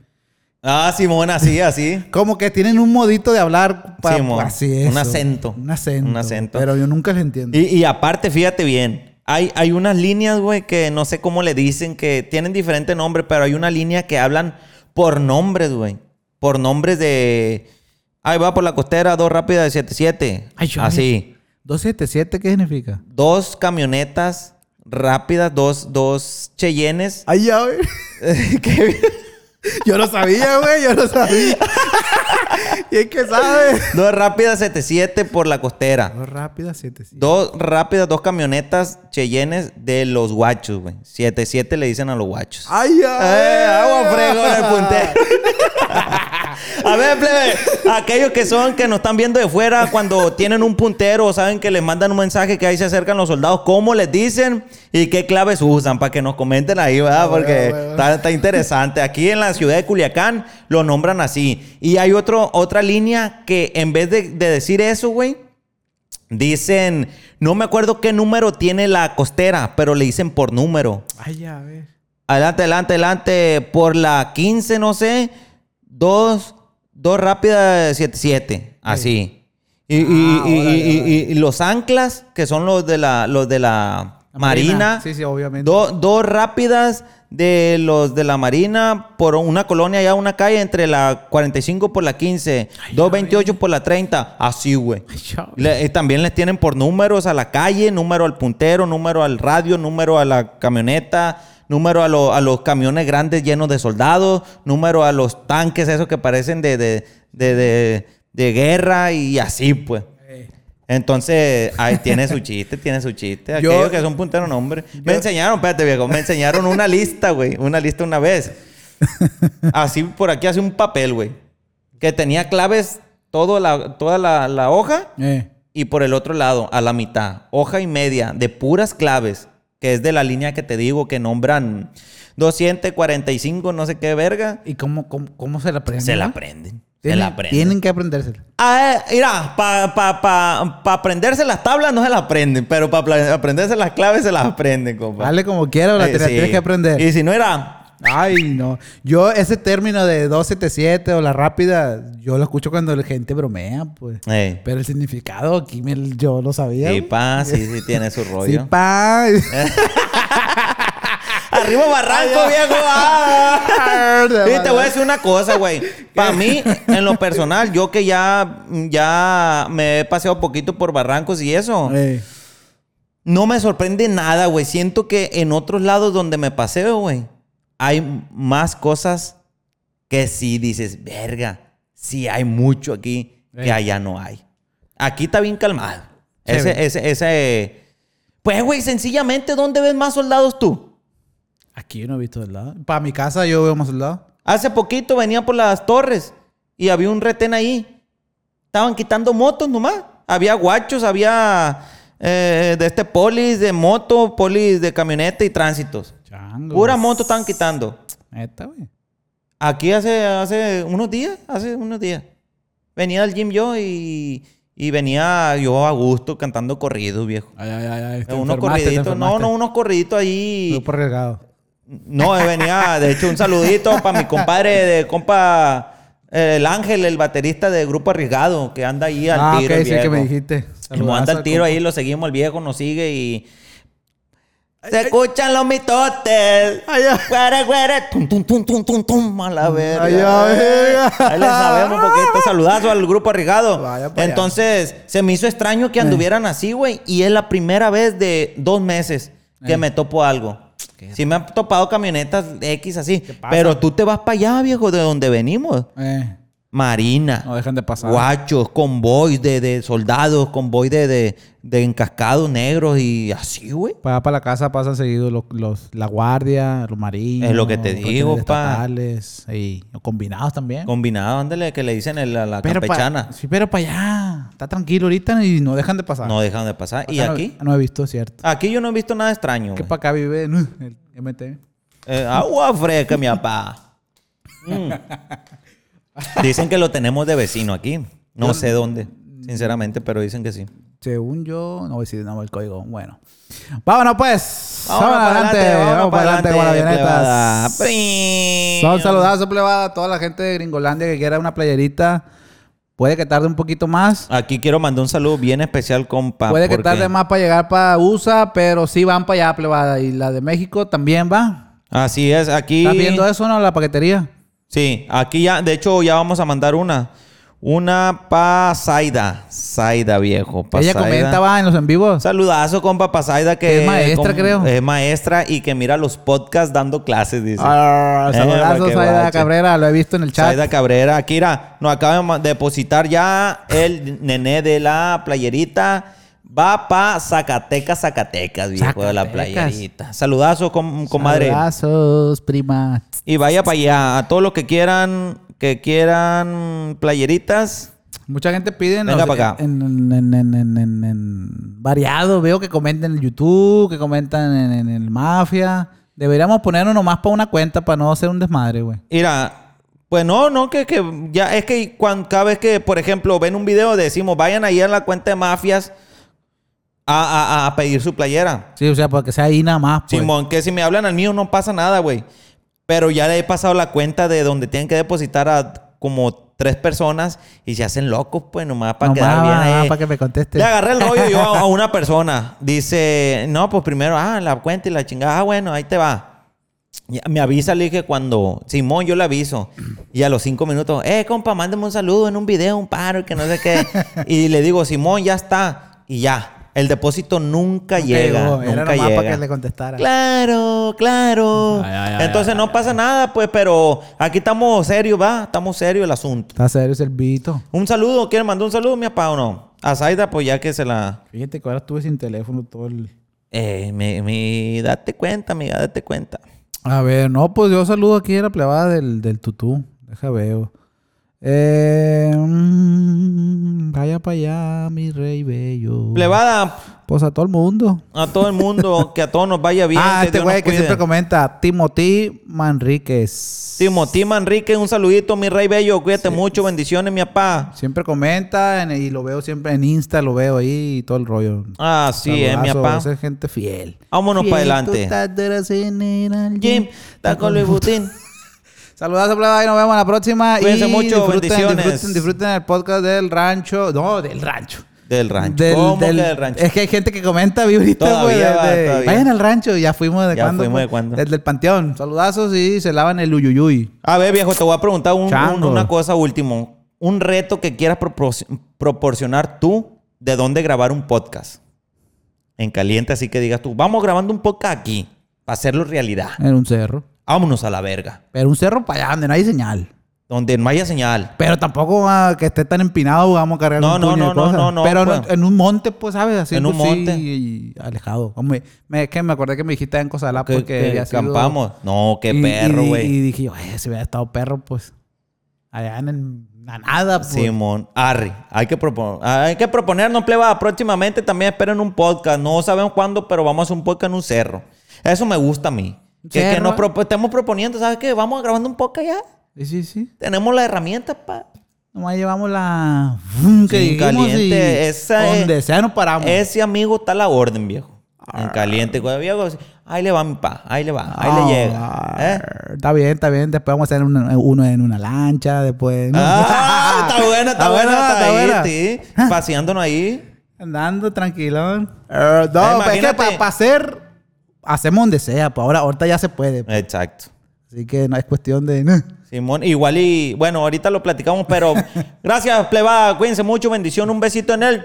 A: Ah, Simón, así, así.
B: Como que tienen un modito de hablar para
A: Sí, mon.
B: así es.
A: Un acento.
B: Un acento.
A: Un acento.
B: Pero yo nunca les entiendo.
A: Y, y aparte, fíjate bien. Hay, hay unas líneas, güey, que no sé cómo le dicen, que tienen diferente nombre, pero hay una línea que hablan por nombres, güey. Por nombres de. Ahí va por la costera, dos rápidas de 77.
B: Ay, yo-
A: Así.
B: 277, ¿qué significa?
A: Dos camionetas rápidas, dos, dos Cheyennes.
B: Ay, ya, güey. Yo no sabía, güey. Yo no sabía. y es que sabes.
A: Dos rápidas 77 por la costera.
B: Dos rápidas, siete, siete.
A: Dos rápidas, dos camionetas Cheyennes de los guachos, güey. 77 le dicen a los guachos.
B: Ay,
A: ¡Eh! ¡Agua fregona el puntero! A ver, plebe, aquellos que son, que nos están viendo de fuera, cuando tienen un puntero o saben que les mandan un mensaje que ahí se acercan los soldados, ¿cómo les dicen y qué claves usan? Para que nos comenten ahí, ¿verdad? Porque está, está interesante. Aquí en la ciudad de Culiacán lo nombran así. Y hay otro, otra línea que en vez de, de decir eso, güey, dicen, no me acuerdo qué número tiene la costera, pero le dicen por número.
B: Ay, ya, ver.
A: Adelante, adelante, adelante. Por la 15, no sé. 2, dos rápidas 77, así. Y, y-
B: Ah,
A: y- y-
B: órale,
A: y-
B: órale.
A: y- y los anclas, que son los de la, los de la
B: La
A: marina.
B: Sí, sí, obviamente.
A: Do- dos rápidas de los de la Marina por una colonia ya una calle entre la 45 por la 15, 228 por la 30, así güey.
E: chao.
A: Le- eh, también les tienen por números a la calle, número al puntero, número al radio, número a la camioneta, número a, lo- a los camiones grandes llenos de soldados, número a los tanques esos que parecen de, de, de, de- de guerra y así pues. Entonces, ahí tiene su chiste, tiene su chiste.
B: Yo-
A: Aquellos que son punteros, no, hombre. Me enseñaron, espérate, viejo, me enseñaron una lista, güey. Una lista una vez. Así, por aquí, hace un papel, güey. Que tenía claves toda la, toda la, la hoja
B: Eh.
A: y por el otro lado, a la mitad, hoja y media de puras claves, que es de la línea que te digo que nombran 245, no sé qué verga.
B: ¿Y cómo, cómo, cómo se la aprenden?
A: Se la
B: no?
A: aprenden. Se
B: Tienen,
A: la aprenden.
B: tienen que aprendérsela.
A: Ah, eh, mira, para pa, pa- pa aprenderse las tablas no se las aprenden, pero para aprenderse las claves se las aprenden, compa.
B: Vale como quiera, la
A: Eh,
B: te- la
A: sí.
B: tienes que aprender.
A: Y si no era,
B: Ay, no. Yo ese término de 277 o la rápida, yo lo escucho cuando la gente bromea, pues.
A: eh,
B: Pero el significado aquí me- yo lo sabía.
A: sí,
B: güey.
A: pa, sí, sí, tiene su
B: Sí,
A: rollo. Eh.
B: pa.
A: Arriba barranco, viejo. ah. y te voy a decir una cosa, güey. Para mí, en lo personal, yo que ya, ya me he paseado poquito por barrancos y eso.
B: Eh,
A: No me sorprende nada, güey. Siento que en otros lados donde me paseo, güey, hay más cosas que sí dices, verga, sí hay mucho aquí que allá no hay. Aquí está bien calmado. Ese,
B: Chévere.
A: ese, ese. Pues, güey, sencillamente, ¿dónde ves más soldados tú?
B: Aquí yo no he visto del lado. Para mi casa yo veo más del lado.
A: Hace poquito venía por las torres y había un retén ahí. Estaban quitando motos nomás. Había guachos, había eh, de este polis de moto, polis de camioneta y tránsitos.
B: Chango.
A: Pura moto estaban quitando.
B: Neta, güey.
A: Aquí hace, hace unos días, hace unos días. Venía al gym yo y, y venía yo a gusto cantando corridos, viejo.
E: Ay, ay, ay, ay. te
A: Unos
E: enfermaste, te
A: corriditos, no,
E: enfermaste.
A: no, unos corriditos ahí.
B: Grupo arriesgado.
A: No, eh, venía, de hecho, un saludito para mi compadre de compa eh, el Ángel, el baterista de Grupo Arriesgado, que anda ahí al
B: Ah, ok,
A: tiro. el
B: sí, que
A: viejo.
B: me dijiste.
A: Y como anda
B: Saludazo
A: al tiro
B: al
A: ahí, lo seguimos, el viejo nos sigue y. Se escuchan los mitotes. Guere, guere, tum, tum, tum, tum, tum, tum, a la verga.
B: Ay, ay, ay.
A: Ahí le sabemos un poquito. Saludazo al grupo arriesgado.
B: Vaya pa' allá. Eh.
A: Entonces, se me hizo extraño que anduvieran así, güey. Y es la primera vez de dos meses
B: Eh.
A: que me topo algo. Sí me han topado camionetas X así.
B: pasa?
A: Pero tú te vas para allá, viejo, de donde venimos.
B: compa. Eh,
A: Marina.
E: No dejan de pasar.
A: Guachos, convoy de, de soldados, convoy de, de, de encascados negros y así, güey.
B: para, para la casa pasan seguido los, los- la guardia, los marinos.
A: Es lo que te
B: los
A: digo,
B: retenes
A: pa.
B: estatales, Y o combinados también.
A: Combinado, ándale, que le dicen el- a la
B: pa-
A: campechana.
B: sí, pero para allá. Está tranquilo ahorita y no dejan de pasar.
A: No dejan de pasar. ¿Y
B: Acá no-
A: aquí?
B: No, he visto, es cierto.
A: Aquí yo no he visto nada extraño.
B: Que
A: güey.
B: para acá vive en el MT.
A: Eh, agua fresca, mi papá. Mm. Dicen que lo tenemos de vecino aquí. No sé dónde, sinceramente, pero dicen que sí.
B: Según yo, no voy a decir no, el código. Bueno. Vámonos pues.
A: Vamos
B: Vámonos adelante. Vamos para adelante con la avioneta. Son saludazo, plebada. A toda la gente de Gringolandia que quiera una playerita. Puede que tarde un poquito más.
A: Aquí quiero mandar un saludo bien especial, compa.
B: Puede que
A: porque-
B: tarde más para llegar para USA, pero sí van para allá, plebada. Y la de México también va.
A: Así es, aquí.
B: ¿Estás viendo eso, no? La paquetería.
A: Sí, aquí ya, de hecho, ya vamos a mandar una. Una pa' Zaida. Zaida, viejo. pa'
B: Ella
A: Zaida.
B: comenta, va, en los en vivos.
A: Saludazo, compa Pasaida, que
B: Es maestra,
A: com-
B: creo.
A: Es maestra y que mira los podcasts dando clases, dice.
B: Ah,
A: Eh,
B: Saludazos,
A: porque
B: Saida
A: guache.
B: Cabrera. Lo he visto en el chat.
A: Saida Cabrera, Akira, nos acaba de depositar ya el nené de la playerita. Va pa Zacatecas, Zacatecas, viejo de la
B: Zacatecas.
A: playerita. Saludazo, com- comadre.
B: Saludazos, prima.
A: Y vaya para allá. A todos los que quieran, que quieran playeritas.
B: Mucha gente pide en,
A: Venga
B: los-
A: pa' acá.
B: en- en- en- en- en- en- en- variado. Veo que comentan en YouTube, que comentan en, en el Mafia. Deberíamos ponernos nomás para una cuenta para no hacer un desmadre, güey.
A: Mira, pues no, no, que, que ya es que cuan- cada vez que, por ejemplo, ven un video, decimos, vayan ahí a la cuenta de mafias a, a- a pedir su playera.
B: Sí, o sea, para que sea ahí nada más. Pues.
A: Simón, que si me hablan al mío no pasa nada, güey. Pero ya le he pasado la cuenta de donde tienen que depositar a como tres personas y se hacen locos, pues nomás para
B: Nomás,
A: quedar bien.
B: nomás
A: ahí.
B: para que me conteste.
A: Le agarré el rollo yo a, a una persona. Dice, no, pues primero, ah, la cuenta y la chingada, ah, bueno, ahí te va. Ya, Me avisa, le dije, cuando Simón, yo le aviso. Y a los cinco minutos, eh, compa, mándame un saludo en un video, un paro, que no sé qué. y le digo, Simón, ya está. Y ya. El depósito nunca llega.
B: llegó. Era
A: nunca
B: nomás
A: llega.
B: para que le contestara.
A: Claro, claro.
E: Ay, ay, ay,
A: Entonces no pasa nada, pues, pero aquí estamos serios, va. Estamos serios el asunto.
B: Está serio el vito.
A: Un saludo, ¿quieren mandar un saludo, mi papá o no? A Zaida, pues ya que se la.
B: Fíjate que ahora estuve sin teléfono todo el...
A: Eh, mi, mi- date cuenta, amiga, date cuenta.
B: A ver, no, pues yo saludo aquí a la plebada del, del tutú. Deja veo. Eh, mm, vaya para allá, mi rey bello.
A: Plebada
B: Pues a todo el mundo.
A: a todo el mundo, que a todos nos vaya bien.
B: ah,
A: que
B: este
A: Dios nos
B: güey que
A: cuide.
B: siempre comenta, Timothy Manríquez.
A: Timotí Manrique, un saludito, mi rey bello. Cuídate mucho, bendiciones, mi papá.
B: Siempre comenta en- y lo veo siempre en Insta, lo veo ahí y todo el rollo.
A: Así es, Ah, eh, mi
B: Saludazo,
A: papá.
B: esa Es gente fiel.
A: Vámonos
B: Fiel,
A: pa'
B: tú
A: adelante.
B: estás de la cena, ir al
A: Jim, está con Luis Butín.
B: Saludazo, plebada, y nos vemos en la próxima.
A: Cuídense
B: y
A: mucho,
B: disfruten,
A: bendiciones.
B: Disfruten, disfruten el podcast del rancho. No, del rancho.
A: Del rancho.
B: Del-
A: ¿Cómo
B: del-
A: que del rancho?
B: Es que hay gente que comenta, vi ahorita, güey.
A: Todavía va,
B: de- de-
A: todavía.
B: Vayan al rancho, ya fuimos de
A: Ya
B: cuándo.
A: fuimos de
B: pues?
A: cuándo.
B: Desde el panteón. Saludazos y se lavan el uyuyuy.
A: A ver, viejo, te voy a preguntar un- un-
B: Chango.
A: una cosa último. Un reto que quieras propor- proporcionar tú de dónde grabar un podcast. En caliente, así que digas tú, vamos grabando un podcast aquí para hacerlo realidad.
B: En un cerro.
A: Vámonos a la verga.
B: Pero un cerro para allá donde no hay señal.
A: Donde no haya señal.
B: Pero tampoco ah, que esté tan empinado, vamos a cargar
A: No,
B: un
A: no,
B: puño
A: no,
B: de
A: no,
B: cosas.
A: no, no,
B: Pero
A: pues.
B: en- en un monte, pues, ¿sabes? Así,
A: En un
B: pues, sí,
A: monte.
B: y- y alejado. Como me- me- es que me acordé que me dijiste en Cosalá
A: Que,
B: porque
A: que
B: había sido-
A: acampamos. No, qué
B: Y- y
A: perro,
B: di-
A: güey.
B: Y, dije yo, "Eh, si hubiera estado perro, pues, allá en el- la nada, pues.
A: Simón, Arri, hay que proponer, hay que proponernos pleba próximamente también esperen un podcast, no sabemos cuándo, pero vamos a hacer un podcast en un cerro. Eso me gusta a mí. Que, que
B: Cerro.
A: nos propo- estemos proponiendo, ¿sabes qué? Vamos grabando un podcast ya.
B: Sí, sí, sí.
A: Tenemos la herramienta pa.
B: Nomás llevamos la... ¡Fum! que
A: Sí, en
B: dijimos
A: caliente,
B: y
A: esa
B: donde
A: es-
B: sea nos paramos.
A: Ese amigo está a la orden, viejo. En caliente, güey, viejo. Ahí le va mi pa, ahí le va, ahí
B: Ah,
A: le llega. ¿eh?
B: Está bien, está bien. Después vamos a hacer una- uno en una lancha, después...
A: Ah, está buena, está buena, está buena. Ah.
B: buena.
A: sí. Paseándonos ahí.
B: Andando tranquilón. Eh,
A: Eh,
B: no, pues es
A: imagínate.
B: que para hacer, hacemos donde sea. Pues ahora, ahorita ya se puede.
A: Exacto.
B: Así que no es cuestión de.
A: Simón, igual y bueno, ahorita lo platicamos, pero gracias, plebada. Cuídense mucho, bendición, un besito en él.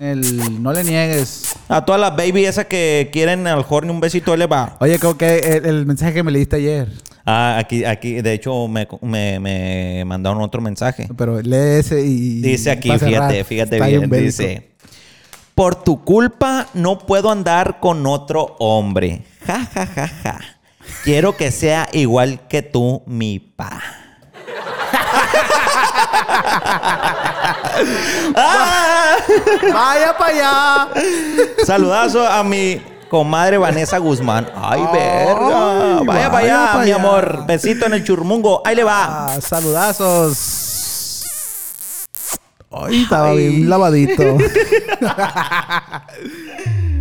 B: El, no le niegues.
A: A todas las baby esas que quieren al horny, un besito él va.
B: Oye, creo que el, el mensaje que me leíste ayer.
A: Ah, aquí, aquí, de hecho, me, me, me mandaron otro mensaje.
B: Pero lee ese y.
A: Dice aquí,
B: va a cerrar.
A: fíjate, fíjate
B: Está
A: bien,
B: un bélico.
A: dice. Por tu culpa no puedo andar con otro hombre. Ja, ja, ja, ja. Quiero que sea igual que tú, mi pa. Ah.
B: ¡Vaya para allá!
A: Saludazo a mi comadre Vanessa Guzmán. Ay, verga. Vaya,
B: vaya
A: para allá,
B: pa'
A: mi
B: allá.
A: amor. Besito en el churmungo. Ahí le va.
B: Ah, saludazos. Ay, estaba bien lavadito.
A: pues,